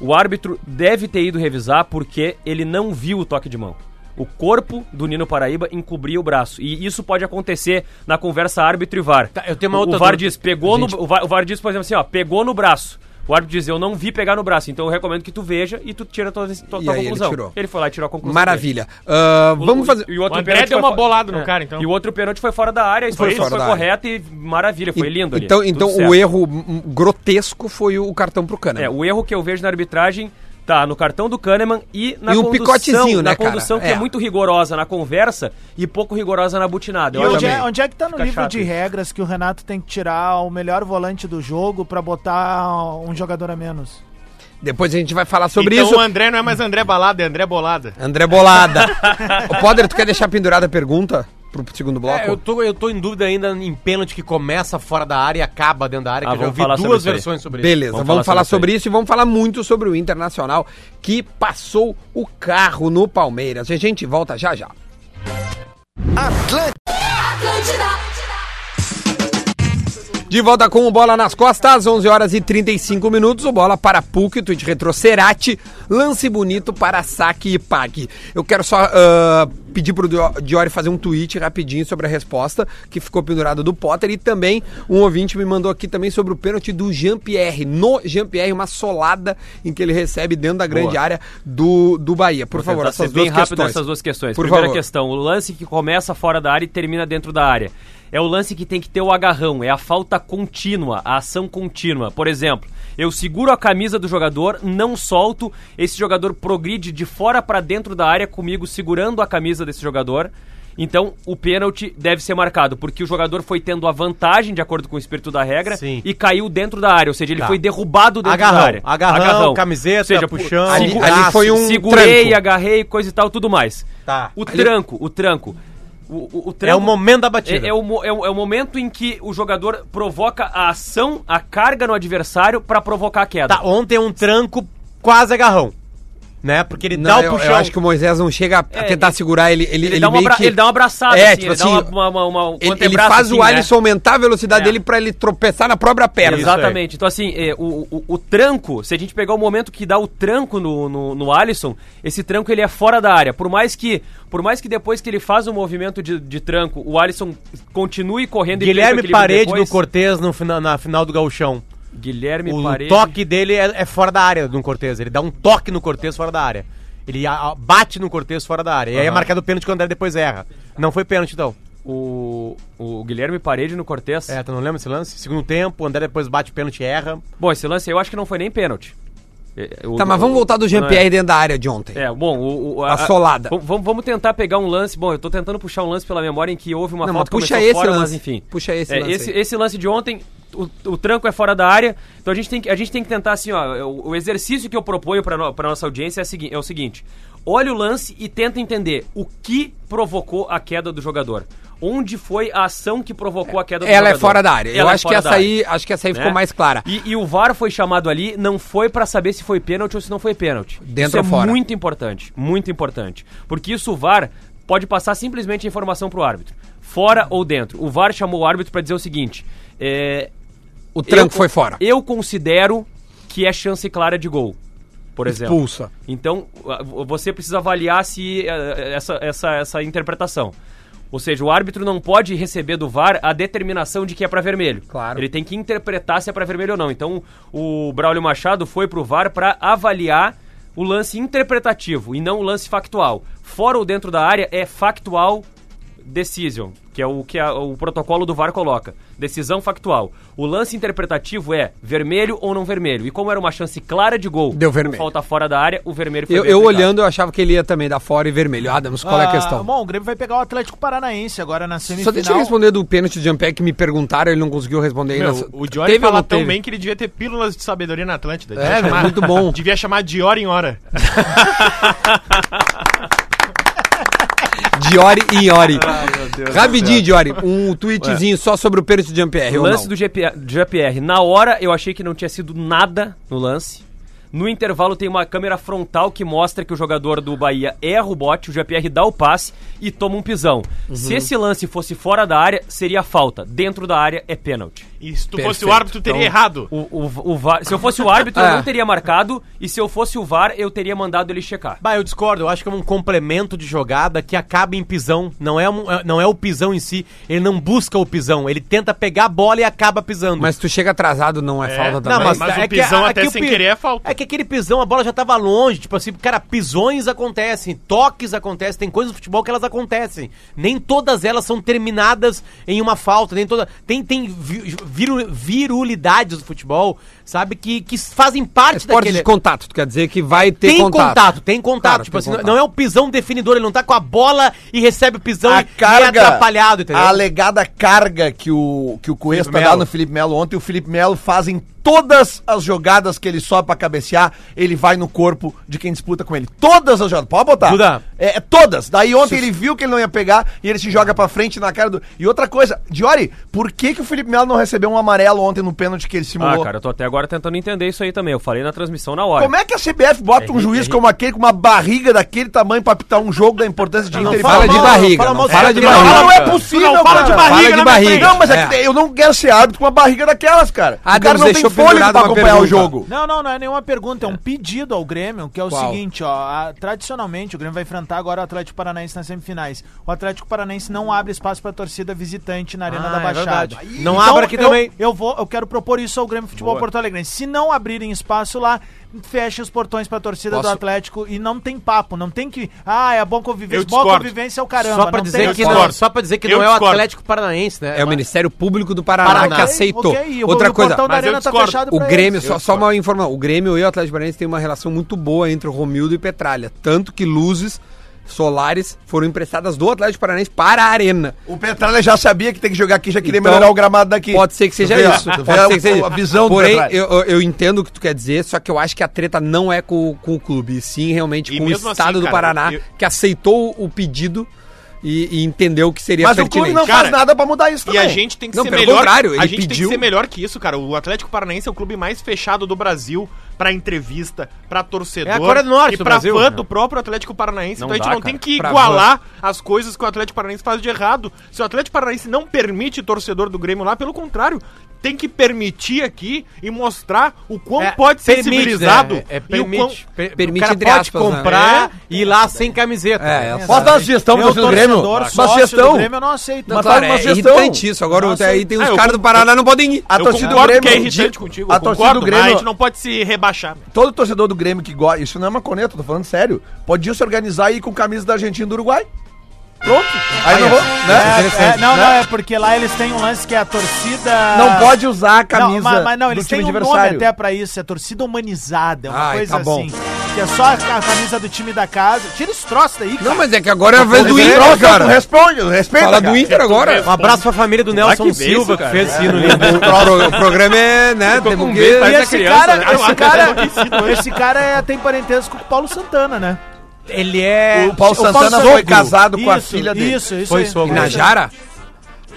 o árbitro deve ter ido revisar porque ele não viu o toque de mão. O corpo do Nino Paraíba encobria o braço. E isso pode acontecer na conversa árbitro e VAR.
Tá, eu tenho uma
O-
outra
o VAR
dúvida.
diz, pegou no. O VAR, o VAR diz, por exemplo, assim, ó, pegou no braço. O árbitro diz, eu não vi pegar no braço, então eu recomendo que tu veja e tu tira tua, tua,
E
tua
aí ele
conclusão.
tirou.
foi lá e tirou a conclusão.
Maravilha. Ah,
dele.
vamos fazer.
E o, outro
O André
pênalti
deu
foi
uma
fo- É.
bolada no cara, então.
E o outro pênalti foi fora da área, a expulsão
isso?
foi,
Fora da
correta e maravilha, foi lindo ali.
Então,
Tudo
então
certo.
o erro hum, grotesco foi o cartão pro Cana.
É, o erro que eu vejo na arbitragem tá no cartão do Kahneman e na
E um picotezinho,
na
né, cara?
condução que
É.
é muito rigorosa na conversa e pouco rigorosa na butinada.
E
Eu
onde
também.
é, onde é que tá no
Fica
livro
chato
de
isso.
regras que o Renato tem que tirar o melhor volante do jogo pra botar um jogador a menos?
Depois a gente vai falar sobre
então
isso.
o André não é mais André Balada, é André Bolada.
André Bolada. o Poder, tu quer deixar pendurada a pergunta pro segundo bloco?
É, eu, tô, eu tô em dúvida ainda em pênalti que começa fora da área e acaba dentro da área,
Ah,
que eu já
vamos falar
ouvi
sobre
duas
isso aí.
versões sobre isso.
Beleza, vamos, falar, sobre, isso e vamos falar muito sobre o Internacional que passou o carro no Palmeiras. E a gente volta já já. De volta com o Bola nas Costas, 11 horas e 35 minutos. O Bola para Púlquito de Retrocerate. Lance bonito para saque e pague. Eu quero só ah, pedir para o Diori fazer um tweet rapidinho sobre a resposta que ficou pendurada do Potter. E também um ouvinte me mandou aqui também sobre o pênalti do Jean-Pierre. No Jean-Pierre, uma solada em que ele recebe dentro da grande área do, do Bahia. Por
Vou
favor,
tentar
essas
ser Tá, bem
duas
rápido
questões.
nessas duas questões.
Por
Primeira
favor.
questão, o lance que começa fora da área e termina dentro da área. É o lance que tem que ter o agarrão, é a falta contínua, a ação contínua. Por exemplo, eu seguro a camisa do jogador, não solto, esse jogador progride de fora pra dentro da área comigo segurando a camisa desse jogador. Então, o pênalti deve ser marcado, porque o jogador foi tendo a vantagem, de acordo com o espírito da regra,
Sim.
e caiu dentro da área, ou seja, ele
Tá.
foi derrubado dentro da
Agarrão,
área.
agarrão, camiseta, puxão,
Ali-
segu-
ali foi um
segurei,
tranco.
agarrei, coisa e tal, tudo mais.
Tá.
O tranco, o tranco. O, o- o tranco.
É o momento da batida.
É, é o, mo- é o- é o momento em que o jogador provoca a ação, a carga no adversário pra provocar a queda.
Tá,
é
ontem um tranco quase agarrão. Né? Porque ele
Não,
dá
eu-
o puxão.
Eu acho que o Moisés não chega a a
É,
tentar
ele-
segurar ele. Ele,
Ele, dá uma
meio
abra-
que-
ele dá uma abraçada,
É,
assim,
tipo
ele dá
assim,
uma, uma, uma, um
Ele, ele
antebraço,
faz
assim,
o
né?
Alisson aumentar a velocidade
É.
dele pra ele tropeçar na própria perna.
Exatamente. Então, assim, é, o, o, o tranco, se a gente pegar o momento que dá o tranco no, no, no Alisson, esse tranco ele é fora da área. Por mais que, por mais que depois que ele faz o movimento de, de tranco, o Alisson continue correndo perca o
Guilherme
equilíbrio
Parede
depois.
no Cortez no fina- na final do Gauchão.
Guilherme
O
Parede.
toque dele é, é fora da área no Cortez. Ele dá um toque no Cortez fora da área. Ele a- a- bate no Cortez fora da área. E aí é marcado o pênalti que o André depois erra. Não foi pênalti, então.
O, o Guilherme Parede no Cortez.
É, tu não lembra esse lance? Segundo tempo, o André depois bate o pênalti e erra.
Bom, esse lance aí eu acho que não foi nem pênalti. É, o-
Tá, mas vamos voltar do Jean-Pierre dentro da área de ontem.
É, bom, o, o-
A solada.
Vamos- Vamos, vamos tentar pegar um lance. Bom, eu tô tentando puxar um lance pela memória em que houve uma
Não,
falta
mas
que
puxa
começou
esse
fora,
lance.
mas enfim.
Puxa esse
É,
lance
Esse,
aí.
esse lance de ontem, o, o tranco é fora da área. Então a gente tem que, a gente tem que tentar assim, ó. O, o exercício que eu proponho pra, no, pra nossa audiência é, a segui- é o seguinte: olha o lance e tenta entender o que provocou a queda do jogador. Onde foi a ação que provocou a queda do
Ela
jogador?
é fora da área. eu
Ela é
acho que
fora
essa
da
aí, acho que essa aí ficou
né?
mais clara.
E, e o VAR foi chamado ali, não foi pra saber se foi pênalti ou se não foi pênalti.
Dentro
isso
ou
é
fora?
muito importante, muito importante. Porque isso o VAR pode passar simplesmente a informação pro árbitro. Fora ou dentro. O VAR chamou o árbitro pra dizer o seguinte: é,
O tranco
eu-
foi fora.
Eu considero que é chance clara de gol. Por exemplo.
Expulsa.
Então, a- vo- você precisa avaliar se eh, essa, essa, essa interpretação. Ou seja, o árbitro não pode receber do VAR a determinação de que é pra vermelho.
Claro.
Ele tem que interpretar se é pra vermelho ou não. Então, o Braulio Machado foi pro VAR pra avaliar o lance interpretativo e não o lance factual. Fora ou dentro da área é factual decision, que é o que a- o protocolo do VAR coloca. Decisão factual. O lance interpretativo é vermelho ou não vermelho. E como era uma chance clara de gol,
Deu
com
vermelho.
falta fora da área, o vermelho foi
Eu,
bem
eu
aplicado.
olhando, eu achava que ele ia também dar fora e vermelho. Adams, qual é a
Ah,
questão?
Bom, o Grêmio vai pegar o Atlético Paranaense agora na semifinal.
Só deixa eu responder do pênalti de Jean-Pierre que me perguntaram, ele não conseguiu responder ainda.
Meu, o Diori
Teve ou
fala
não
tão
teve?
bem que ele devia ter pílulas de sabedoria na Atlântida.
É, velho, muito bom.
Devia chamar de hora em hora.
Diori e Iori.
Ah,
Rapidinho, Diori, um tweetzinho só sobre o pênalti de Jean-Pierre.
O
ou
lance
não?
do GPR, na hora eu achei que não tinha sido nada no lance. No intervalo tem uma câmera frontal que mostra que o jogador do Bahia erra o bote, o GPR dá o passe e toma um pisão. Se esse lance fosse fora da área, seria falta. Dentro da área é pênalti.
E se tu fosse
Perfeito.
o árbitro, tu teria errado.
O, o- o VAR- se eu fosse o árbitro, eu
É.
não teria marcado, e se eu fosse o VAR, eu teria mandado ele checar.
Bah, eu discordo. Eu acho que é um complemento de jogada que acaba em pisão. Não é, um, não é o pisão em si. Ele não busca o pisão. Ele tenta pegar a bola e acaba pisando.
Mas tu chega atrasado, não é, falta também.
Não, mas,
Mas
é
o
que-
pisão
é
até
que o
sem
pi-
querer é falta.
É que aquele pisão, a bola já tava longe. Tipo assim, cara, pisões acontecem, toques acontecem, tem coisas no futebol que elas acontecem. Nem todas elas são terminadas em uma falta, nem toda. Tem, tem vi- viru- virulidades do futebol, sabe? Que, que fazem parte
É, Esporte de contato, tu quer dizer que vai ter
tem contato.
contato.
tem contato.
Claro,
tipo
tem
assim,
contato.
não é o pisão definidor, ele não tá com a bola e recebe o
Então,
pisão
a Ah,
e,
carga,
e é atrapalhado, entendeu?
A alegada carga que o, que o Cuesta
Felipe
dá
Melo.
no Felipe Melo ontem, o Felipe Melo faz em todas as jogadas que ele sobe pra cabecear, ele vai no corpo de quem disputa com ele. Todas as jogadas, pode botar.
Duda.
É, é todas. Daí ontem ele viu que ele não ia pegar e ele se joga pra frente na cara do... E outra coisa, Diori, por que que o Felipe Melo não recebeu um amarelo ontem no pênalti que ele simulou?
Ah, cara, eu tô até agora tentando entender isso aí também. Eu falei na transmissão na hora.
Como é que a CBF bota um juiz como aquele, com uma barriga daquele tamanho pra apitar um jogo da importância de
Não
Inter e
Fala
Bahia?
de
mal,
barriga,
fala
não
mal,
fala de
fala
Não,
barriga.
não é possível,
Não, fala de
cara.
barriga
Fala de
na minha
barriga.
frente.
né, Não, mas é que
É.
eu não quero ser árbitro com uma barriga daquelas, cara.
Ah,
o cara
Deus,
não tem
deixou
fôlego
pendurado
pra
uma
acompanhar o
pergunta.
jogo.
Não, não, não é nenhuma pergunta, é um pedido ao Grêmio, que é o seguinte, ó, a- tradicionalmente o Grêmio vai enfrentar agora o Atlético Paranaense nas semifinais. O Atlético Paranaense não abre espaço pra torcida visitante na Arena
Ah,
da
é
Baixada.
verdade. Não abra aqui
um Então, eu,
também.
Eu vou, eu quero propor isso ao Grêmio Futebol Porto Alegre. Se não abrirem espaço lá, fecha os portões pra torcida do
Posso-
Atlético e não tem papo, não tem que, ah, é a boa convivência,
Eu
boa
discordo.
convivência é o caramba,
só pra
não
dizer
tem
que
essa-
não,
discordo.
só pra dizer que
Eu
não é o
discordo.
Atlético Paranaense, né?
É o Ministério Público do Paraná,
Paraná.
que aceitou.
Ok, o-
Outra
o
coisa,
portão da
mas eu
Arena tá
discordo.
fechado
O
pra
Grêmio,
eles.
só, só uma informação, o Grêmio e o Atlético Paranaense têm uma relação muito boa entre o Romildo e Petralha, tanto que luzes solares foram emprestadas do Atlético Paranaense para a Arena.
O Petralha já sabia que tem que jogar aqui, já queria
Então,
melhorar o gramado daqui.
Pode ser que seja
Tu vê, ó,
isso.
tu vê
Pode ser que seja.
A visão
Porém,
Petralha.
eu, eu- eu entendo o que tu quer dizer, só que eu acho que a treta não é com, com o clube, e sim realmente
E
com o
mesmo
Estado
assim,
do
cara,
Paraná,
eu-
que aceitou o pedido e, e entendeu que seria
Mas
pertinente.
o clube não
Cara,
faz nada pra mudar isso
E
também.
a gente tem que
Não,
ser
pelo
melhor.
contrário,
a
ele
gente tem
pediu-
que ser melhor que isso, cara. O Atlético Paranaense é o clube mais fechado do Brasil pra entrevista, pra torcedor
É a Coreia do Norte
e
do
pra
Brasil,
fã
né?
do próprio Atlético Paranaense.
Não
então a gente
dá,
não tem
cara.
que
Pra
igualar as coisas que o Atlético Paranaense faz de errado. Se o Atlético Paranaense não permite torcedor do Grêmio lá, pelo contrário, tem que permitir aqui e mostrar o quão
É,
pode ser
permite,
civilizado
né? É, é,
e o quão
permite, per-
Permite,
o cara
entre
pode
aspas, né?
comprar e ir lá sem camiseta.
É,
Né?
essa-
Posso dar uma sugestão pra
Eu,
vocês do Grêmio?
torcedor,
Uma
sócio do
sugestão.
Grêmio, eu não aceito.
Não,
Mas
claro,
tá uma
é
gestão.
irritante isso. Agora
Nossa,
aí tem os
ah, eu
caras do Paraná não podem ir.
A
Eu
torcida do
concordo
Grêmio...
que é irritante contigo,
A
eu
torcida do
concordo, mas a gente
Grêmio...
não pode se rebaixar.
Todo torcedor do Grêmio que gosta... Isso não é uma coneta, eu tô falando sério. Podia se organizar e ir com camisa da Argentina e do Uruguai. Pronto. Aí não vou... Né?
É, não, não, é porque lá eles têm um lance que é a torcida.
Não pode usar a camisa
Não, mas, mas não, eles
do time
têm um nome
adversário.
até pra isso, é torcida humanizada, é uma
Ai,
coisa
tá bom.
assim. Que é só a, a camisa do time da casa. Tira esse troço daí, cara.
Não, mas é que agora é a vez
Ele
do
vem,
Inter,
troca, tu
cara.
Responde, respeita,
Fala
cara.
do Inter agora.
Um abraço pra família do Nelson
que beijo,
Silva, que
cara.
fez sino lindo.
O, pro- o programa é, né? Tem
com
que-
medo,
E
é
parece
esse
criança,
cara,
né?
esse cara, esse cara é- tem parentesco com o Paulo Santana, né?
Ele é.
O Paulo Santana foi casado com a filha dele.
Isso, isso.
Foi
aí.
sogro.
Inajara?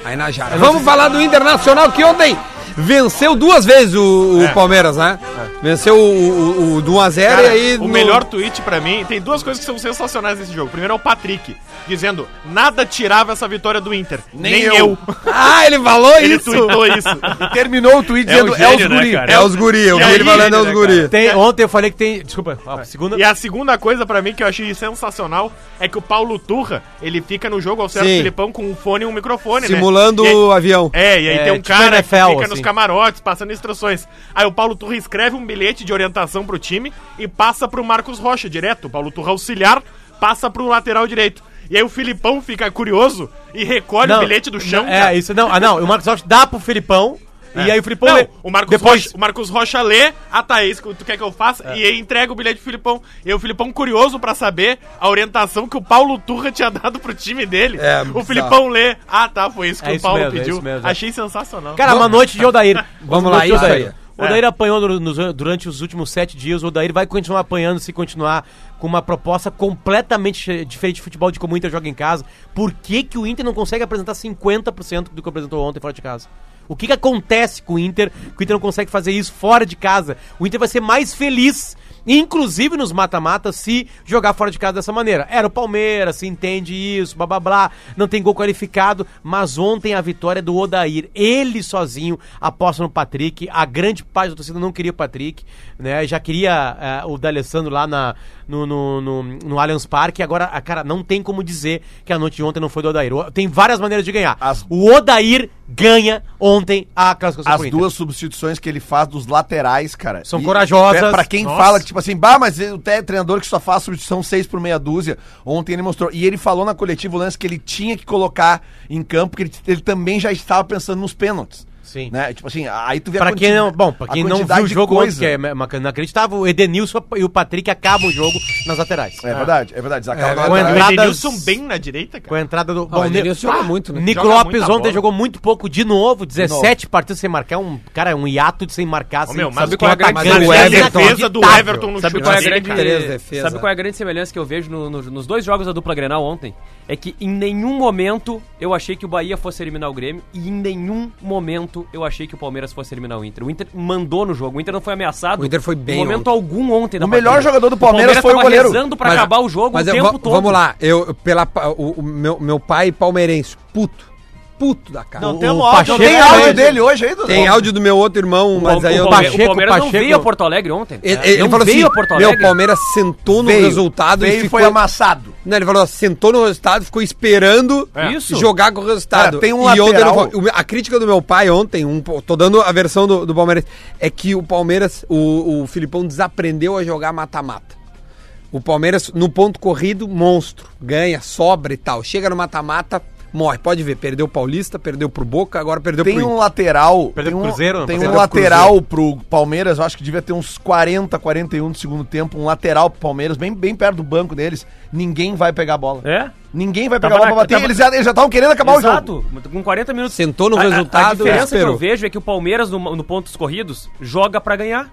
A Inajara. Vamos falar do Internacional que ontem venceu duas vezes o, o Palmeiras, né? Venceu o, o, o do 1x0 e
Cara,
aí.
o
no-
melhor tweet pra mim, tem duas coisas que são sensacionais nesse jogo. Primeiro é o Patrick, dizendo, nada tirava essa vitória do Inter. Nem, eu.
Ah, ele falou
Ele
isso!
tweetou isso.
Terminou o tweet dizendo é os guri.
É os guri, eu vi
É
ele
o
falando é
líder,
os
né,
guri.
cara?
Tem, ontem eu falei que tem. Desculpa, a segunda.
E a segunda coisa pra mim que eu achei sensacional é que o Paulo Turra, ele fica no jogo ao Sérgio
Sim.
Filipão com um fone e um microfone,
Simulando
né? E aí-
o avião.
É, e aí
É,
tem um
tipo
cara
NFL,
que fica nos
assim.
camarotes passando instruções. Aí o Paulo Turra escreve um bilhete de orientação pro time e passa pro Marcos Rocha direto. O Paulo Turra auxiliar, passa pro lateral direito. E aí o Filipão fica curioso e recolhe o bilhete do chão.
É,
cara. É.
isso não. Ah, não. O Marcos Rocha dá pro Filipão. E aí o Filipão.
Não,
lê.
o Marcos,
Depois, É.
Rocha, o Marcos Rocha lê, ah tá, é isso que tu quer que eu faça, e aí entrega o bilhete pro Filipão. E aí o Filipão curioso pra saber a orientação que o Paulo Turra tinha dado pro time dele.
É,
o
bizarro.
Filipão lê, ah tá, foi isso que
É
o
isso
Paulo
mesmo, é
pediu.
isso mesmo, é.
Achei sensacional.
Cara, uma noite de Odair.
Vamos
Uma
lá,
noite de
isso
Odair.
aí.
O Odair apanhou dur- nos- durante os últimos sete dias. O Odair vai continuar apanhando se continuar com uma proposta completamente che- diferente de futebol de como o Inter joga em casa. Por que, que o Inter não consegue apresentar 50% do que apresentou ontem fora de casa? O O que, que acontece com o Inter? Que o Inter não consegue fazer isso fora de casa. O Inter vai ser mais feliz, inclusive nos mata-mata, se jogar fora de casa dessa maneira. Era o Palmeiras, se entende isso, blá blá blá, não tem gol qualificado, mas ontem a vitória do Odair. Ele sozinho aposta no Patrick. A grande parte da torcida não queria o Patrick, né? Já queria eh, o D'Alessandro lá na, no, no, no, no Allianz Parque. Agora, a cara, não tem como dizer que a noite de ontem não foi do Odair. O- Tem várias maneiras de ganhar.
As-
O Odair ganha ontem a classificação
As
pro Inter.
duas substituições que ele faz dos laterais, cara.
São corajosas.
Pra quem
Nossa.
fala que, tipo assim, bah, mas o te- treinador que só faz substituição seis por meia dúzia. Ontem ele mostrou. E ele falou na coletiva o lance que ele tinha que colocar em campo, porque ele, ele também já estava pensando nos pênaltis.
Sim.
Né? Tipo assim, aí tu vê
Pra quem
quanti-
não, bom, pra
a
quem não
quantidade
viu o
de
jogo, ontem,
coisa.
que é ma- inacreditável, o Edenilson e o Patrick acabam o jogo nas laterais.
É verdade, é verdade. Zagallo
com
na lateral.
entrada-
Edenilson bem na direita,
Com
cara.
a entrada do.
Ah, o Edenilson joga muito, né?
Nico
Joga
Lopes
muita
ontem
bola.
jogou muito pouco de novo, 17 partidas sem marcar, um cara, um hiato de sem marcar.
Ô,
sem,
meu, mas
sabe
qual
qual
é
é
a
Mas
grande
o Everton-
defesa do
Irritável.
Everton no
Sabe
chute
qual, é a
Sim,
dele, cara?
Três
grande,
defesas.
sabe qual é a grande semelhança que eu vejo no- no- nos dois jogos da dupla Grenal ontem? É que em nenhum momento eu achei que o Bahia fosse eliminar o Grêmio e em nenhum momento eu achei que o Palmeiras fosse eliminar o Inter. O Inter mandou no jogo, o Inter não foi ameaçado.
O Inter foi
em
bem
momento algum ontem da
O melhor jogador do Palmeiras foi o
tava
goleiro.
rezando pra
Mas-
acabar o jogo
mas
o
eu-
tempo
va-
todo.
Vamos lá, eu, pela, pa- o, o meu, meu pai palmeirense, puto, puto da cara.
Não,
O-
temos
Pacheco-
áudio. né?
Tem
Chega
é áudio
hoje.
dele hoje aí, Dudu?
Tem áudio do meu outro irmão,
O,
mas aí eu
o,
não-
Palme- o
Pacheco-
Palmeiras
Pacheco-
não veio a Porto Alegre ontem.
Ele,
É,
ele
não
falou assim,
veio a Porto
meu,
Alegre.
o Palmeiras sentou no
Veio.
resultado
Veio e foi amassado.
Não, ele falou, sentou no resultado, ficou esperando
Isso.
jogar com o resultado.
É,
Cara, tem um
e ontem
lateral-
não foi- o meu- A crítica do meu pai ontem, um, po- tô dando a versão do, do Palmeiras, é que o Palmeiras, o, o Filipão desaprendeu a jogar mata-mata. O Palmeiras, no ponto corrido, monstro. Ganha, sobra e tal. Chega no mata-mata, morre. Pode ver, perdeu o Paulista, perdeu pro Boca, agora perdeu
Tem
pro
um lateral.
Perdeu
tem um,
pro Cruzeiro, não?
tem um
Perdeu pro
lateral pro Palmeiras, eu acho que devia ter uns 40, 41 do segundo tempo. Um lateral pro Palmeiras, bem, bem perto do banco deles. Ninguém vai pegar a bola.
É?
Ninguém vai pegar
Tava
a bola
na-
pra bater.
tava-
Eles já eles já estavam querendo acabar o jogo.
Exato, com 40 minutos.
Sentou no
A- a- A
resultado,
diferença que
esperou.
eu vejo é que o Palmeiras, no, no pontos corridos, joga pra ganhar.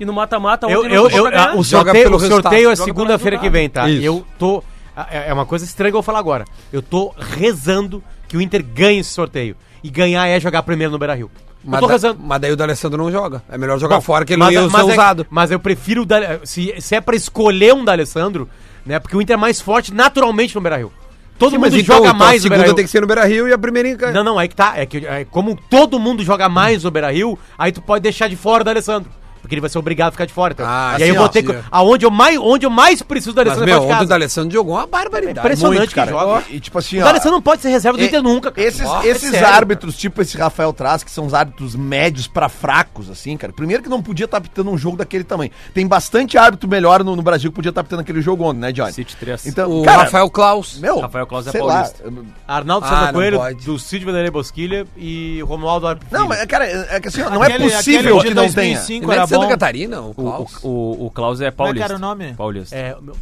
E no mata-mata,
Eu,
ontem não
eu,
jogou pra
eu,
ganhar.
o
Joga
sorteio,
pelo
o sorteio é
resultado.
Joga
segunda-feira que
pelo
vem, tá?
Isso.
Eu tô. É é uma coisa estranha que eu vou falar agora. Eu tô rezando que o Inter ganhe esse sorteio. E ganhar é jogar primeiro no Beira Rio. Eu
Mas,
tô
da-
rezando.
mas daí o D'Alessandro não joga. É melhor jogar
Bom,
fora que ele não ia ser
é-
usado.
mas eu prefiro o Dale- se, se é pra escolher um D'Alessandro, né? Porque o Inter é mais forte naturalmente no Beira-Rio. Todo
Sim,
mundo
mas então,
joga
então
mais
A
no
segunda
Beira-Rio.
tem que ser no Beira Rio e a primeira em casa.
Não, não, aí que tá. É que é, como todo mundo joga mais no Beira-Rio, aí tu pode deixar de fora o D'Alessandro. Porque ele vai ser obrigado a ficar de fora. Então.
Ah,
e aí
assim,
eu vou
ó,
ter que.
assim, ó.
Aonde eu mais, onde eu mais preciso do
Mas,
D'Alessandro é
meu,
fora de
ontem o
casa.
D'Alessandro jogou uma
É
barbarididade.
impressionante
Muito,
que
cara.
joga.
E, e tipo assim,
tá
O D'Alessandro não pode ser reserva do
e-
Inter nunca. cara.
Esses,
Nossa,
esses
é sério,
árbitros, tipo esse Rafael Traz, que são os árbitros médios pra fracos, assim, cara. Primeiro que não podia estar apitando um jogo daquele tamanho. Tem bastante árbitro melhor no, no Brasil que podia estar apitando aquele jogo ontem, né, Johnny?
City três.
Então,
O
cara,
Rafael Klaus.
Meu,
Rafael Claus é
sei
paulista.
lá,
Arnaldo
Ah,
Santa
não
Coelho,
pode.
do Cid Vanderlei Bosquilha e Romualdo Arbitro.
Não, mas, cara, é é que assim, ó, não
Aquele-
é possível
aquele
que
de
não tenha.
2005
Ele é
era
de Santa
bom.
Catarina, o
O, o,
Klaus.
o, o Klaus é
né? Como é que
paulista.
era o nome?
Paulista.
É, meu,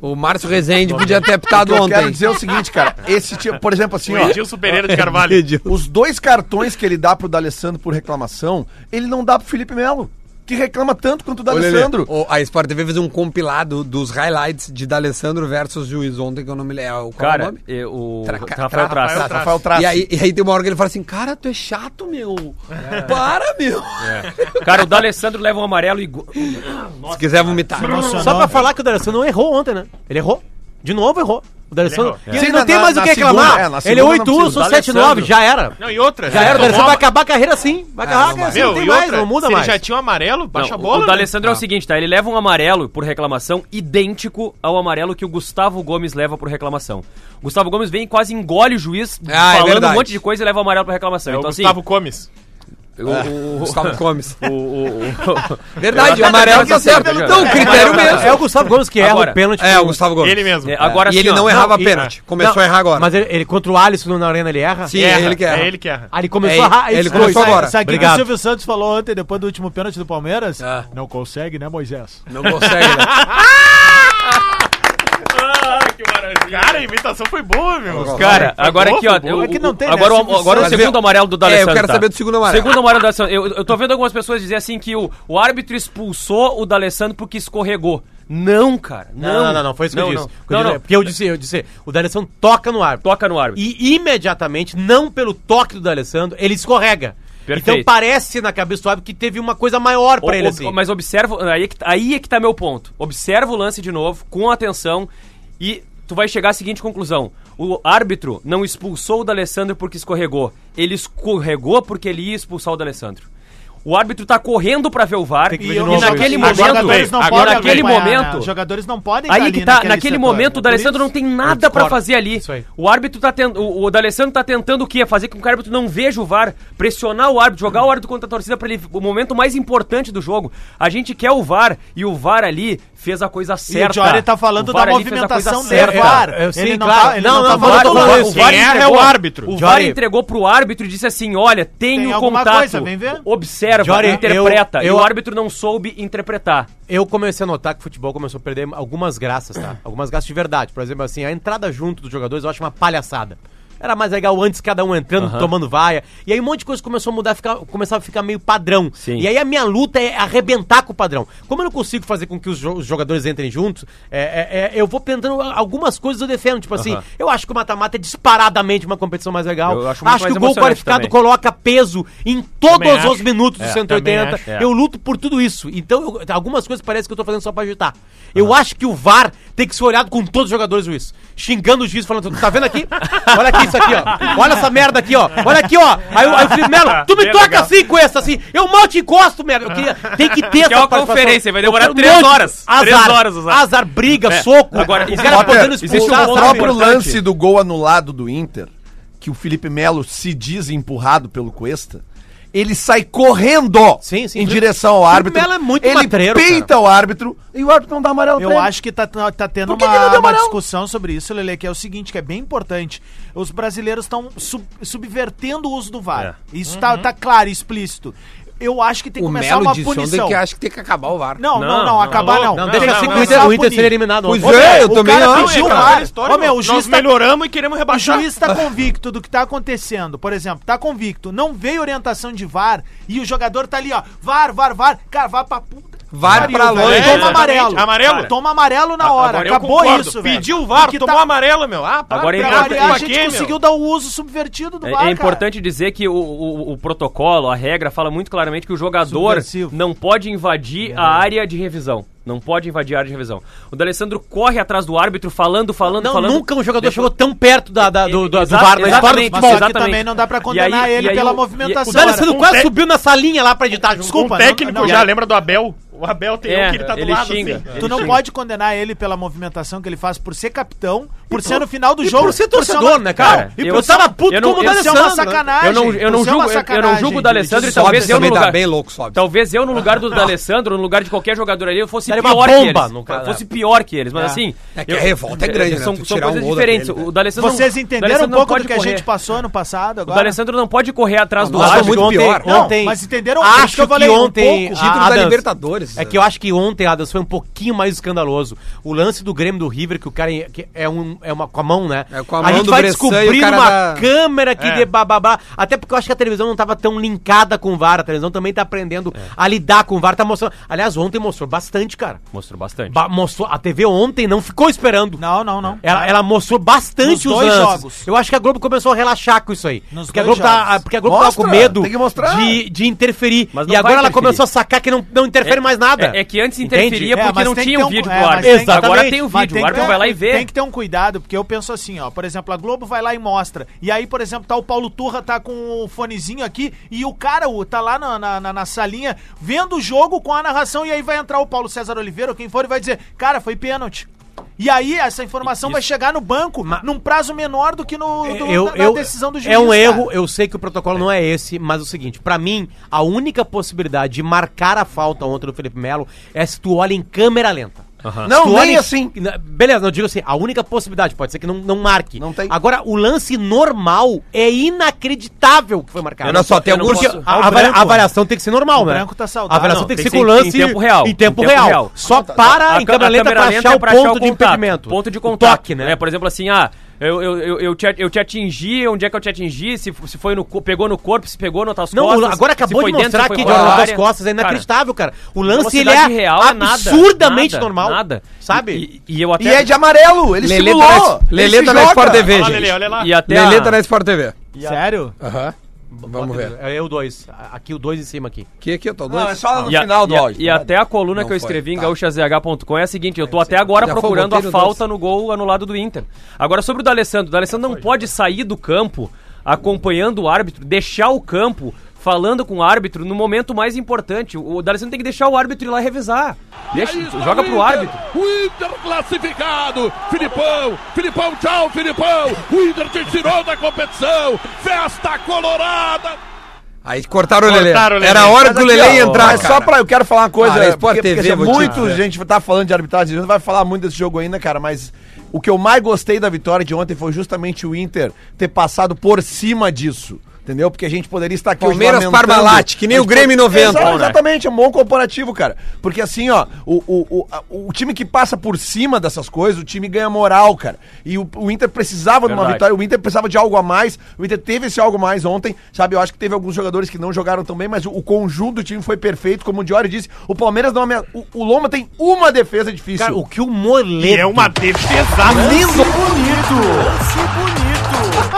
O Márcio Rezende podia ter
O que
apitado
eu
ontem.
quero dizer é o seguinte, cara. Esse tipo, por exemplo, assim,
O
ó.
Edilson Pereira de Carvalho.
Os dois cartões que ele dá pro D'Alessandro por reclamação, ele não dá pro Felipe Melo, que reclama tanto quanto o
Ô, Lelê,
D'Alessandro.
o- a Sport TV fez um compilado dos highlights de D'Alessandro versus Juiz ontem, que eu não me lembro. É, o- Qual é o
Cara,
nome?
é, o
Traca- Tra-
Rafael Traz.
Rafael Traz.
Rafael Traz.
E aí, e aí tem uma hora que ele fala assim, cara, tu é chato, meu.
É.
Para, meu.
Cara, o D'Alessandro leva um amarelo igual.
Se quiser vomitar.
Só pra falar que o D'Alessandro não é- errou ontem, né? Ele errou. De novo errou. O D'Alessandro.
Ele
E Ele
Sim,
não
na-
tem
na-
mais o
na
que reclamar.
segunda- é, na
ele
segunda
é
não
8 1
precisa.
sou 7 9 já era.
Não, e outra.
Já era, o
tomou
D'Alessandro
a-
vai acabar a carreira assim. Vai acabar a carreira assim,
Meu,
não tem
e
mais,
outra,
não muda
se
mais.
ele já tinha um amarelo, baixa a
Não,
bola.
o
né?
Ah.
D'Alessandro é o seguinte, tá? Ele leva um amarelo por reclamação idêntico ao amarelo que o Gustavo Gomes leva por reclamação. O Gustavo Gomes vem e quase engole o juiz
Ah, é
falando um
verdade.
monte de coisa e leva o amarelo por reclamação.
É o
então, assim,
Gustavo Comes.
Gustavo Comes.
o, o- o-
Verdade, o
Eu-
amarelo tá
Eu-
certo.
Eu-
um
Não, o critério
É
mesmo.
o Gustavo Gomes que erra
Agora.
o pênalti.
É,
pro-
o Gustavo Gomes.
Ele mesmo.
É, agora
E
assim,
ele
ó,
não errava
e-
pênalti. Começou
Não,
a errar agora.
Mas ele, ele contra o Alisson na arena, ele erra?
Sim,
É.
é ele que erra.
É ele que erra.
Ah, ele começou
É,
a errar.
ele
isso
começou
foi.
agora.
Isso aqui que o
Obrigado.
Silvio Santos falou ontem, depois do último pênalti do Palmeiras.
Ah.
Não consegue, né, Moisés?
Não consegue, né?
Cara, a imitação foi boa, meu.
Os
Cara,
Foi
agora
boa,
aqui, ó.
foi boa.
eu-
É que não tem, né?
agora, o-
Silvio
agora o
Santos.
segundo amarelo
É,
do
eu
D'Alessandro.
quero
tá?
saber do segundo amarelo.
Segundo amarelo do D'Alessandro. Eu, eu tô vendo algumas pessoas dizer assim que o, o árbitro expulsou o D'Alessandro porque escorregou. Não, cara. Não,
Não, não, não, não, foi isso que eu disse.
não.
Que eu
Não,
disse-
não.
Porque eu disse, eu disse, o D'Alessandro toca no árbitro.
Toca no árbitro.
E imediatamente, não pelo toque do D'Alessandro, ele escorrega.
Perfeito.
Então parece na cabeça do árbitro que teve uma coisa maior pra
O-
ele,
o-
assim.
Mas observa, aí é, que, aí é que tá meu ponto. Observa o lance de novo, com atenção, e tu vai chegar à seguinte conclusão. O árbitro não expulsou o D'Alessandro porque escorregou. Ele escorregou porque ele ia expulsar o D'Alessandro. O árbitro tá correndo pra ver o VAR
Tem que ver
e,
de
eu-
novo
e naquele
isso.
Os
momento,
jogadores não
e
podem
naquele
acompanhar, né?
momento,
Os jogadores não podem estar
Aí
ali
que tá,
naquele
naquele
setor.
momento um o D'Alessandro não tem nada pra
discordo.
fazer ali.
Isso aí.
O árbitro tá tentando, o, o D'Alessandro tá tentando o quê? Fazer com que o árbitro não veja o VAR, pressionar o árbitro, jogar o árbitro contra a torcida pra ele o momento mais importante do jogo. A gente quer o VAR e o VAR ali fez a coisa certa.
Jory tá falando
VAR
da
ali fez a coisa
movimentação do
certa.
VAR.
Eu sei,
Ele não
claro.
tá- ele
não,
não
não,
tá
não,
falando
falou
do
do
lance.
lance. Quem erra é o árbitro.
O VAR
Jory,
entregou pro árbitro e disse assim: olha, tem,
Tem
o
alguma
contato,
coisa, vem ver.
observa,
Jory,
interpreta.
eu-
e
eu-
o árbitro não soube interpretar.
Eu comecei a notar que o futebol começou a perder algumas graças, tá? Algumas graças de verdade. Por exemplo, assim, a entrada junto dos jogadores eu acho uma palhaçada. Era mais legal antes cada um entrando, tomando vaia. E aí um monte de coisa começou a mudar, ficar, começava a ficar meio padrão.
Sim.
E aí a minha luta é arrebentar com o padrão. Como eu não consigo fazer com que os, jo- os jogadores entrem juntos, é- é- é, eu vou tentando algumas coisas eu defendo. Tipo assim, eu acho que o mata-mata é disparadamente uma competição mais legal.
Eu acho muito mais
que o gol
emocionante
qualificado
também.
coloca peso em todos
Também acho.
os minutos dos
É,
180.
também acho.
É.
Eu luto por tudo isso. Então, eu- algumas coisas parece que eu tô fazendo só pra agitar. Eu acho que o VAR tem que ser olhado com todos os jogadores, Luiz. Xingando o juiz, falando, tá vendo aqui? Olha aqui isso aqui, ó. Olha essa merda aqui, ó. Olha aqui, ó. Aí, o- aí o Felipe Melo, tu me
Bem
toca
legal.
assim com essa, assim. Eu mal te encosto, merda. Eu queria- tem que ter
Que é uma
participação.
conferência, vai
Eu
demorar
quero
três
monte-
horas.
Azar,
Três horas, azar.
azar. briga, soco.
Agora,
os
existe
caras
uma-
podendo
existe
Existe
expulsar,
um
o
sabe?
próprio
Importante.
lance do gol anulado do Inter, que o Felipe Melo se diz empurrado pelo Cuesta. Ele sai correndo
Sim, sim.
em direção ao árbitro.
Melo é muito
ele
matreiro,
peita o árbitro e o árbitro não dá amarelo pra
Eu
ele.
acho que tá, tá tendo
Por que
uma,
que não deu
uma
amarelo?
discussão sobre isso, Lele, que é o seguinte, que é bem importante. Os brasileiros estão sub- subvertendo o uso do VAR. Isso tá, tá claro, explícito. Eu acho que tem que
O
começar
Melo
uma
disse ontem
punição.
que acho que tem que acabar o VAR.
Não, não, não,
Não, não,
acabar não.
Não, deixa assim que o
começar
Inter,
a
o Inter
punir.
seria eliminado.
Pois
ontem.
é, eu
o
também
cara
acho.
pediu,
cara.
cara.
história,
Ô, meu, o
nós
juiz tá-
melhoramos e queremos
O
rebaixar.
juiz tá convicto do que tá acontecendo. Por exemplo, tá convicto, não veio orientação de VAR e o jogador tá ali, ó. Var, VAR, VAR, cara, vá pra puta. que
VAR
pariu,
pra
velho.
longe.
Toma
É,
amarelo.
exatamente. Amarelo?
Cara, Toma amarelo na hora.
Agora eu
Acabou
concordo.
isso, velho.
Pediu o VAR,
Porque
tomou
tá-
amarelo, meu. Ah, para,
Agora é
pra-
Cara,
importante-
e
pra
a
quê,
gente
meu?
conseguiu dar o uso subvertido do
É-
VAR,
É,
cara.
importante dizer que o, o- o protocolo, a regra, fala muito claramente que o jogador
Subversivo.
não pode invadir a área de revisão. Não pode invadir a área de revisão. O D'Alessandro corre atrás do árbitro, falando, falando,
Não,
falando.
nunca um jogador chegou tão perto da, da- do, do, do
Exa-
VAR na história do
exatamente,
Mas
futebol.
só que
exatamente.
também não dá pra
E
condenar
aí-
ele
e aí
pela
o-
movimentação. né?
O D'Alessandro
Agora,
quase
te-
subiu nessa linha lá pra editar junto.
um Desculpa,
Um
não-
técnico
não,
já,
não.
lembra do Abel? O Abel tem
É,
um que ele tá do
ele
lado,
xinga.
assim.
Ele
Tu não
xinga.
pode condenar ele pela movimentação que ele faz por ser capitão, por ser no final do jogo.
por ser torcedor,
uma-
né, cara?
Não, E
eu
por ser
tava
uma-
puto
eu não-
como o
eu-
isso é
D'Alessandro.
uma
né?
sacanagem.
Eu não, eu não
isso é uma
julgo, eu- eu não
sacanagem.
julgo o D'Alessandro e
Sobe
talvez eu no
também, dá
lugar.
bem louco, sobe.
Talvez eu no lugar do D'Alessandro, no lugar de qualquer jogador ali, eu fosse
Daria uma
pior
bomba
que
no
eles.
cara.
Fosse pior que eles, mas assim.
É que a revolta é grande, né?
São,
Tu
são
tirar
coisas
um gol
diferentes.
daquele,
o D'Alessandro
Vocês
não-
entenderam um
D'Alessandro não
pouco
pode
do que a gente
correr.
passou ano passado
O
agora?
D'Alessandro não pode correr atrás do
Nós
árbitro.
estamos muito pior.
Não,
Ontem-
mas entenderam Por isso
Acho
que eu falei
que
um
ontem
pouco.
Título
a-
da
Adams-
Libertadores.
É que eu acho que ontem, Adams, foi um pouquinho mais escandaloso. O lance do Grêmio do River, que o cara que é, um, é uma com a mão, né?
É, com a mão
gente
do
vai
Bressan e o
descobrir
cara
uma
da-
câmera
É.
que de bababá. Até porque eu acho que a televisão não tava tão linkada com o VAR. A televisão também tá aprendendo
É.
a lidar com o VAR. Tá mostrando. Aliás, ontem mostrou bastante, cara.
Mostrou bastante.
Ba- mostrou, a TV ontem não ficou esperando.
Não, não,
É,
não.
Ela, ela mostrou bastante
Nos
os
dois
lances.
jogos.
Eu acho que a Globo começou a relaxar com isso aí.
Nos
porque, a
dois
Globo tá-
jogos.
porque a Globo
Mostra,
tava com medo
tem que mostrar.
De, de interferir.
Mas não
E agora
vai
ela
interferir.
começou a sacar que não, não interfere mais nada.
É, é que antes
Entende?
interferia
É,
porque
mas
não
tem que
tinha
ter
um vídeo
é,
pro
mas
árbitro.
tem que-
Agora tem o
mas
vídeo, o
que
árbitro
ter-
vai lá e
Tem
vê.
que ter um cuidado, porque eu penso assim, ó, por exemplo, a Globo vai lá e mostra. E aí, por exemplo, tá o Paulo Turra, tá com o fonezinho aqui, e o cara o, tá lá na, na, na- na salinha vendo o jogo com a narração, e aí vai entrar o Paulo César Oliveira ou quem for e vai dizer, cara, foi pênalti. E aí, essa informação vai chegar no banco num prazo menor do que no, do-
É, eu,
na- na
eu,
decisão do juiz.
é um
cara.
erro, eu sei que o protocolo não é esse, mas o seguinte, pra mim, a única possibilidade de marcar a falta ontem do Felipe Melo é se tu olha em câmera lenta.
Não,
Tu olha
nem
em-
assim.
Beleza, não digo assim, a única possibilidade, pode ser que não, não marque.
Não tem.
Agora, o lance normal é inacreditável que foi marcado.
É
Eu não só tem
eu não
alguns.
Porque
que-
posso-
a,
Ah, o
a avalia-
branco.
a avaliação tem que ser normal,
O
né?
branco tá saudável.
A avaliação
Não,
tem que
tem
ser
que
com
ser em
lance
tempo real.
Em tempo
Em tempo
real.
real.
Só
A
para
ca-
em
a
câmera lenta pra achar
é
o ponto de
contato,
impedimento.
Ponto de
O
contato.
toque, né?
né? Por exemplo, assim, ah, eu, eu, eu, eu te, eu te atingi, onde é que eu te atingi? Se, f- se foi no co- pegou no corpo, se pegou nas tuas
Não, o-
costas.
agora acabou
se foi
de
dentro,
mostrar
se foi
aqui de
fora da
Orlando das
área.
costas, é
Cara,
inacreditável, cara. O lance ele é
velocidade real é nada,
absurdamente
nada,
normal.
Nada.
Sabe?
E, e- e eu até.
E é de amarelo, ele
Lelê tá
simulou.
na- Lelê
ele se
tá na
É,
joga.
Sport TV,
Olha lá,
é
gente.
Lelê, olha lá.
e até a-
Lelê tá na Sport TV.
Sério?
Aham. Vamos ver.
É eu dois. A- Aqui o dois em cima aqui.
Que aqui eu tô
Não, é
dois.
só no
E, a-
final do
e a-
áudio.
e até a coluna
tá Não
que eu
foi,
escrevi em
tá.
gaúchazh.com é a seguinte, eu tô até agora
Já foi,
procurando a
botei no dois.
falta no gol anulado do Inter. Agora sobre o D'Alessandro, o D'Alessandro não pode sair do campo acompanhando o árbitro, deixar o campo falando com o árbitro no momento mais importante. O o D'Alessandro tem que deixar o árbitro ir lá revisar. Deixa,
Aí está
joga
o
pro
Inter,
árbitro.
O Inter classificado. Filipão, Filipão, tchau, Filipão. O Inter te tirou da competição. Festa colorada.
Aí cortaram o Lelê.
Cortaram o Lelê.
Era a hora
Mas
que o
aqui,
Lelê ia
ó,
entrar,
mas só
cara.
pra. Eu quero falar uma coisa.
Ah, na Sport
porque, porque,
TV,
assim,
vou te
muito
dizer.
gente tá falando de arbitragem, a gente vai falar muito desse jogo ainda, cara, mas o que eu mais gostei da vitória de ontem foi justamente o Inter ter passado por cima disso. Entendeu? Porque a gente poderia estar aqui hoje
Palmeiras
lamentando.
Parmalat, que nem
A
o
gente
Grêmio em 90.
Exa-
Bom, né?
exatamente, é um bom comparativo, cara. Porque assim, ó, o, o, o, a- o time que passa por cima dessas coisas, o time ganha moral, cara. E o, o Inter precisava de uma
Verdade.
vitória, o Inter precisava de algo a mais. O Inter teve esse algo a mais ontem, sabe? Eu acho que teve alguns jogadores que não jogaram tão bem, mas o, o conjunto do time foi perfeito. Como o Diori disse, o Palmeiras não amea... o, o Loma tem uma defesa difícil.
Cara, o que o Moledo...
E é uma defesaça.
Lindo!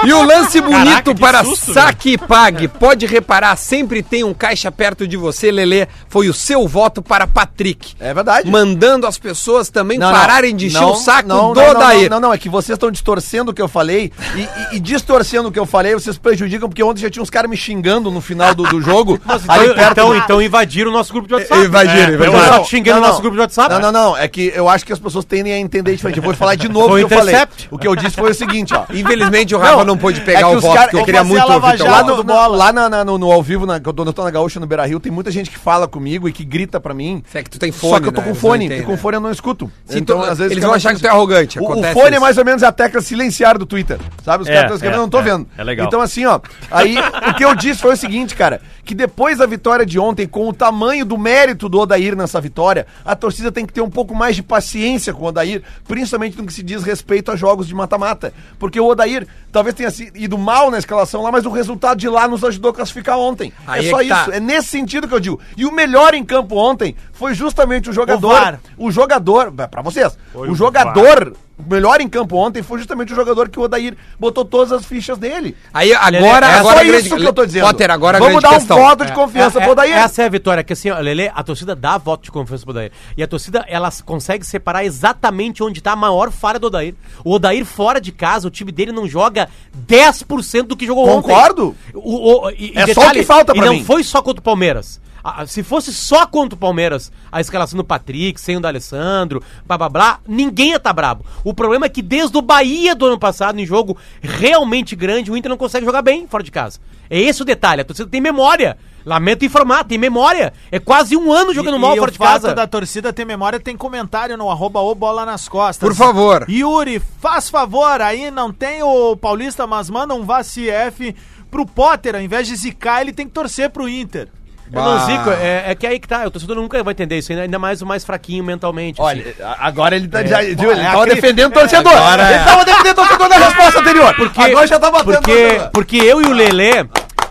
E o lance bonito
Caraca, que
para
susto,
saque e pague. Pode reparar, sempre tem um caixa perto de você, Lelê. Foi o seu voto para Patrick.
É verdade.
Mandando as pessoas também
Não, não.
pararem de encher
Não,
o saco
não,
do
não, não,
Odair.
Não, não, é que vocês estão distorcendo o que eu falei. E, e- e distorcendo o que eu falei, vocês prejudicam, porque ontem já tinha uns caras me xingando no final do, do
Tipo,
jogo.
Então, então, então invadiram o nosso grupo de
então,
WhatsApp.
Invadiram,
É,
invadiram.
Eu
Não,
só xinguei no
não,
nosso
não.
grupo de
né?
WhatsApp.
Não, não, não. É que eu acho que as pessoas tendem a entender diferente. Eu vou falar de novo o
Foi
que eu falei.
intercept.
O que eu disse foi o seguinte, ó.
Infelizmente o Rafa não, pôde pegar
é que
o
os
voto,
cara-
porque eu
Ô,
queria
Marcelo
muito ouvir
Lavajato,
teu
lá
voto.
no, no- lá na- na- no, no ao vivo, na, quando eu tô na Gaúcha, no Beira Rio, tem muita gente que fala comigo e que grita pra mim.
É que tu tem
Só
fone,
que eu tô
né?
com
Eles
fone,
não
porque
entendem,
com
né?
fone eu não escuto. Então,
Sim, tu- eles vão
fica
achar
mais
que tu é arrogante,
O, o
acontece
fone é
isso.
mais ou menos a tecla silenciar do Twitter, sabe? Os
É,
caras estão escrevendo,
é,
eu não tô
é.
vendo.
É legal.
Então, assim, ó, aí o que eu disse foi o seguinte, cara, que depois da vitória de ontem, com o tamanho do mérito do Odair nessa vitória, a torcida tem que ter um pouco mais de paciência com o Odair, principalmente no que se diz respeito a jogos de mata-mata. Porque o Odair talvez tenha se- ido mal na escalação lá, mas o resultado de lá nos ajudou a classificar ontem.
Aí
é
é
só
que tá.
isso, é nesse sentido que eu digo. E o melhor em campo ontem foi justamente o jogador. O,
VAR.
jogador, pra vocês, o
o
jogador. O melhor em campo ontem foi justamente o jogador que o Odair botou todas as fichas dele.
Aí agora,
é
agora
só
a grande-
isso que eu tô dizendo.
Potter, agora a
Vamos
grande
dar um
questão.
voto de confiança
É,
pro
é,
Odair.
Essa é a vitória, que assim, ó, Lelê, a torcida dá voto de confiança pro Odair. E a torcida, ela consegue separar exatamente onde tá a maior falha do Odair. O Odair fora de casa, o time dele não joga 10% do que jogou
Concordo.
ontem. Concordo. O, o- e,
É só o que falta pra
e não
mim.
foi só contra o Palmeiras. Ah, ah, Se fosse só contra o Palmeiras, a escalação do Patrick, sem o D'Alessandro, blá blá blá, ninguém ia tá brabo. O problema é que desde o Bahia do ano passado, em jogo realmente grande, o Inter não consegue jogar bem fora de casa. É esse o detalhe, a torcida tem memória. Lamento informar, tem memória. É quase um ano jogando mal
e
fora
o
de
fato
casa.
da torcida ter memória tem comentário no arroba o bola nas costas.
Por favor.
Yuri, faz favor, aí não tem o Paulista, mas manda um vaci F pro Potter, ao invés de zicar, ele tem que torcer pro Inter.
Eu não zico, é, é que aí que tá, o torcedor nunca vai entender isso, né? ainda, ainda mais o mais fraquinho mentalmente. assim.
agora ele tá, já, viu, ele
É,
tava
aquele-
defendendo o torcedor.
agora-
Ele tava defendendo o torcedor na resposta anterior.
Porque,
agora já tá batendo o
porque,
torcedor.
porque eu e o Lelê,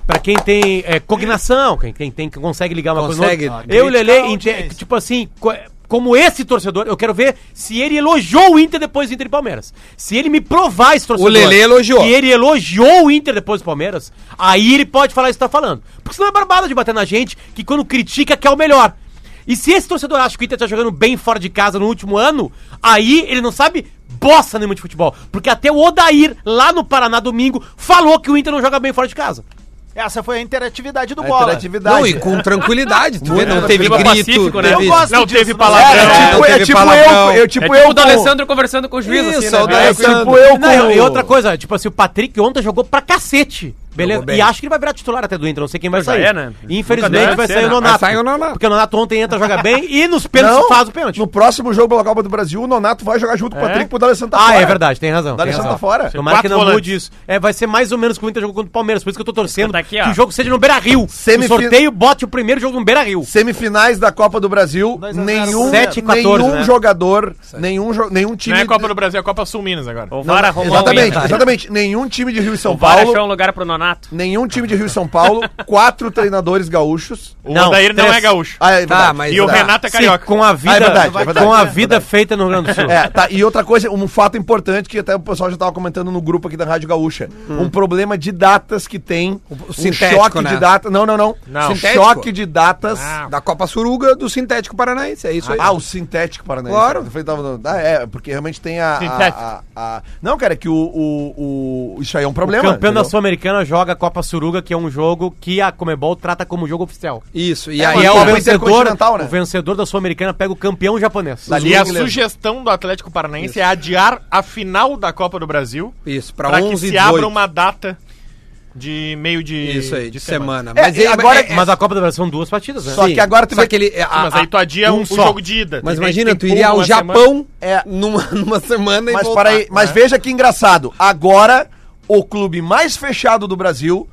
pra quem tem é, cognação, quem, quem tem, que consegue ligar uma
Consegue.
coisa. no outro, Eu e o Lelê,
Criticar a
inte-
audiência.
tipo assim, co- como esse torcedor, eu quero ver se ele elogiou o Inter depois do Inter e Palmeiras. Se ele me provar esse torcedor.
O Lelê elogiou.
Que ele elogiou o Inter depois do Palmeiras, aí ele pode falar isso que tá falando. Porque senão é barbada de bater na gente que quando critica quer o melhor. E se esse torcedor acha que o Inter tá jogando bem fora de casa no último ano, aí ele não sabe bosta nenhuma de futebol. Porque até o Odair, lá no Paraná domingo, falou que o Inter não joga bem fora de casa.
Essa foi a interatividade do
A
Bola.
interatividade.
Não, e com tranquilidade, tu vê, não teve
clima
grito,
pacífico, né?
teve...
Eu gosto
Não
disso,
teve
né?
É,
palavrão.
é, tipo,
Não
é
teve
tipo
palavrão.
eu, é tipo
é
eu
tipo o
com-
D'Alessandro conversando com o juiz,
Isso,
assim, né?
o
velho?
É tipo eu com...
Não, e- e outra coisa, tipo assim, o Patrick ontem jogou pra cacete. Beleza?
bem.
E acho que ele vai virar titular até do Inter, não sei quem vai
Já
sair.
é, né? Nunca
Infelizmente
deve
vai
ser,
sair o
né?
Vai
Nonato.
sair o Nonato.
Porque o Nonato ontem entra, joga bem e nos pênaltis faz o pênalti.
No próximo jogo pela Copa do Brasil, o Nonato vai jogar junto com o Patrick pro D'Alessandro tá
Ah,
fora.
é verdade, tem razão. Tem
D'Alessandro tá
razão.
fora.
Tomara
Quatro
que não
volantes.
mude isso. É, vai ser mais ou menos como o Inter jogou contra o Palmeiras, por isso que eu tô torcendo
Tá aqui, ó.
que o jogo seja no Beira Rio.
Semifin-
O sorteio bote o primeiro jogo no Beira Rio.
Semifinais da Copa do Brasil,
Dois a zero,
nenhum,
sete e 14,
nenhum
né?
jogador, nenhum, jo- nenhum time.
Não é Copa do Brasil, é Copa Sul Minas agora.
O Vara arrumou um
Exatamente,
Inter.
exatamente. Nenhum time de Rio e São
O Vara
Paulo
achou um lugar pro
campeonato.
Nenhum time de Rio e São Paulo, quatro treinadores gaúchos.
O
Não,
Odair não
três.
é gaúcho.
Ah, é
Tá,
verdade.
mas
e o
tá.
Renato é carioca.
com a vida,
Ah, é verdade, é verdade,
com a
é
vida feita no Rio Grande do Sul.
É, tá. E outra coisa, um fato importante que até o pessoal já tava comentando no grupo aqui da Rádio Gaúcha. Um problema de datas que tem. Um
Hum. sintético,
choque
né?
de data. Não, não, não.
Não.
Um
Sintético?
Choque de datas.
Ah,
Da Copa Suruga do Sintético Paranaense, é isso aí.
Ah, o sintético paranaense.
Claro.
Eu falei, tava- ah, é, porque realmente tem a. a-
Sintético.
a- a- Não, cara, é que o. o, o... Isso aí é um
O
problema.
campeão da
entendeu?
Sul-Americana joga a Copa Suruga, que é um jogo que a Comebol trata como jogo oficial.
Isso, e
É,
aí
mas
E é
Copa
o vencedor,
Intercontinental, né?
o vencedor da Sul-Americana pega o campeão japonês.
Da
E
é
Liga
a
Inglesa.
sugestão do Atlético Paranaense é adiar a final da Copa do Brasil
Isso, pra,
para que
11 É e
se abra
18.
uma data de meio de,
Isso aí, de semana.
É, e
aí-
agora-
é-
Mas a Copa do Brasil são duas partidas, né?
Só
sim,
que agora tu
só
vai-
que ele- a-
Mas aí tu adia
um
um, um
só.
jogo de ida.
Ah, Mas
De repente
imagina,
tem
tu iria
pulo
ao
na
Japão
É.
numa, numa semana e
Mas
voltar.
para aí, mas veja que engraçado. Agora, o clube mais fechado do Brasil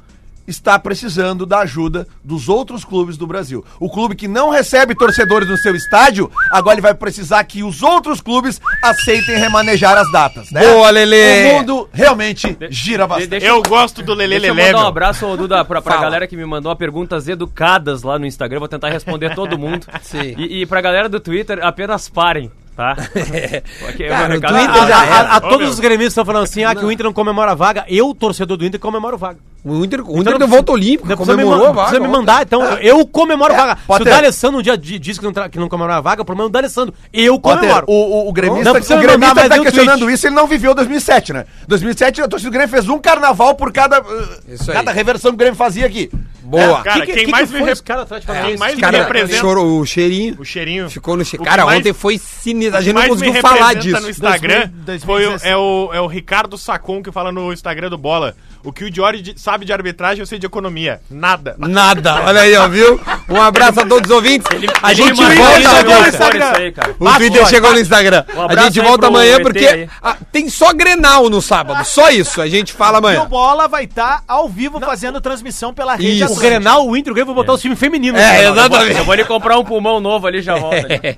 está precisando da ajuda dos outros clubes do Brasil. O clube que não recebe torcedores no seu estádio, agora ele vai precisar que os outros clubes aceitem remanejar as datas, né?
Boa, Lelê!
O mundo realmente gira
De-
bastante.
deixa
assim. Eu gosto do Lele
Deixa eu
Lele.
mandar um abraço, ô, Duda, pra, pra galera que me mandou perguntas educadas lá no Instagram. Vou tentar responder todo mundo.
Sim.
E, e pra galera do Twitter, apenas parem, tá? Porque é
Cara,
meu
o
recado.
Twitter
Ah,
já
ah,
A-
era.
a
Ô,
todos
meu.
os gremistas estão falando assim, ah, que o Inter não comemora a vaga. Eu, torcedor do Inter, comemoro vaga.
O Inter, o Inter
não
deu
precisa-
volta olímpica,
Não precisa, me,
comemorou a
man- não precisa
vaga
me
ontem.
mandar, então eu eu comemoro
É,
vaga. Se o
Potter.
D'Alessandro um dia di- diz que não, tra- que não comemora a vaga, o problema é o D'Alessandro. Eu
Potter,
comemoro.
o, o, o gremista,
Não
o
precisa
gremista
mandar mais
tá
nenhum
questionando
tweet.
isso, ele não viveu 2007, né? 2007 a torcida do Grêmio fez um carnaval por cada uh,
Isso aí.
cada reversão que o Grêmio fazia aqui.
Boa.
Cara, quem mais me
foi
rep- É,
esse cara atrás de Palmeiras?
Quem mais
Que
me
cara-
Cara,
representa-
chorou, o cheirinho
O cheirinho.
ficou no
O
cheiro.
que
Cara,
mais-
ontem foi sinistro, a
O que
gente não
mais me
conseguiu falar
representa
disso.
no Instagram
2000,
foi o,
2016.
é, o, é o Ricardo Sacon que fala no Instagram do Bola. O que o Diori de- sabe de arbitragem, eu sei de economia. Nada.
Nada, olha aí, ó, viu? Um abraço a todos os ouvintes. A gente
Ele mandou
volta
isso agora,
agora.
Instagram. Isso aí, cara.
O Twitter chegou no Instagram.
Um
a
abraço
gente
aí
volta
pro
amanhã
ET
porque
aí.
ah, tem só Grenal no sábado, só isso. A gente fala
E o
amanhã.
Bola vai estar ao vivo fazendo transmissão pela rede.
Isso.
O Grenal, o Inter, o Grêmio, vou botar os times femininos.
É,
Eu vou-
exatamente.
Eu vou ali comprar um pulmão novo ali já volto. ali.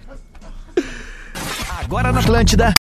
Agora na Atlântida,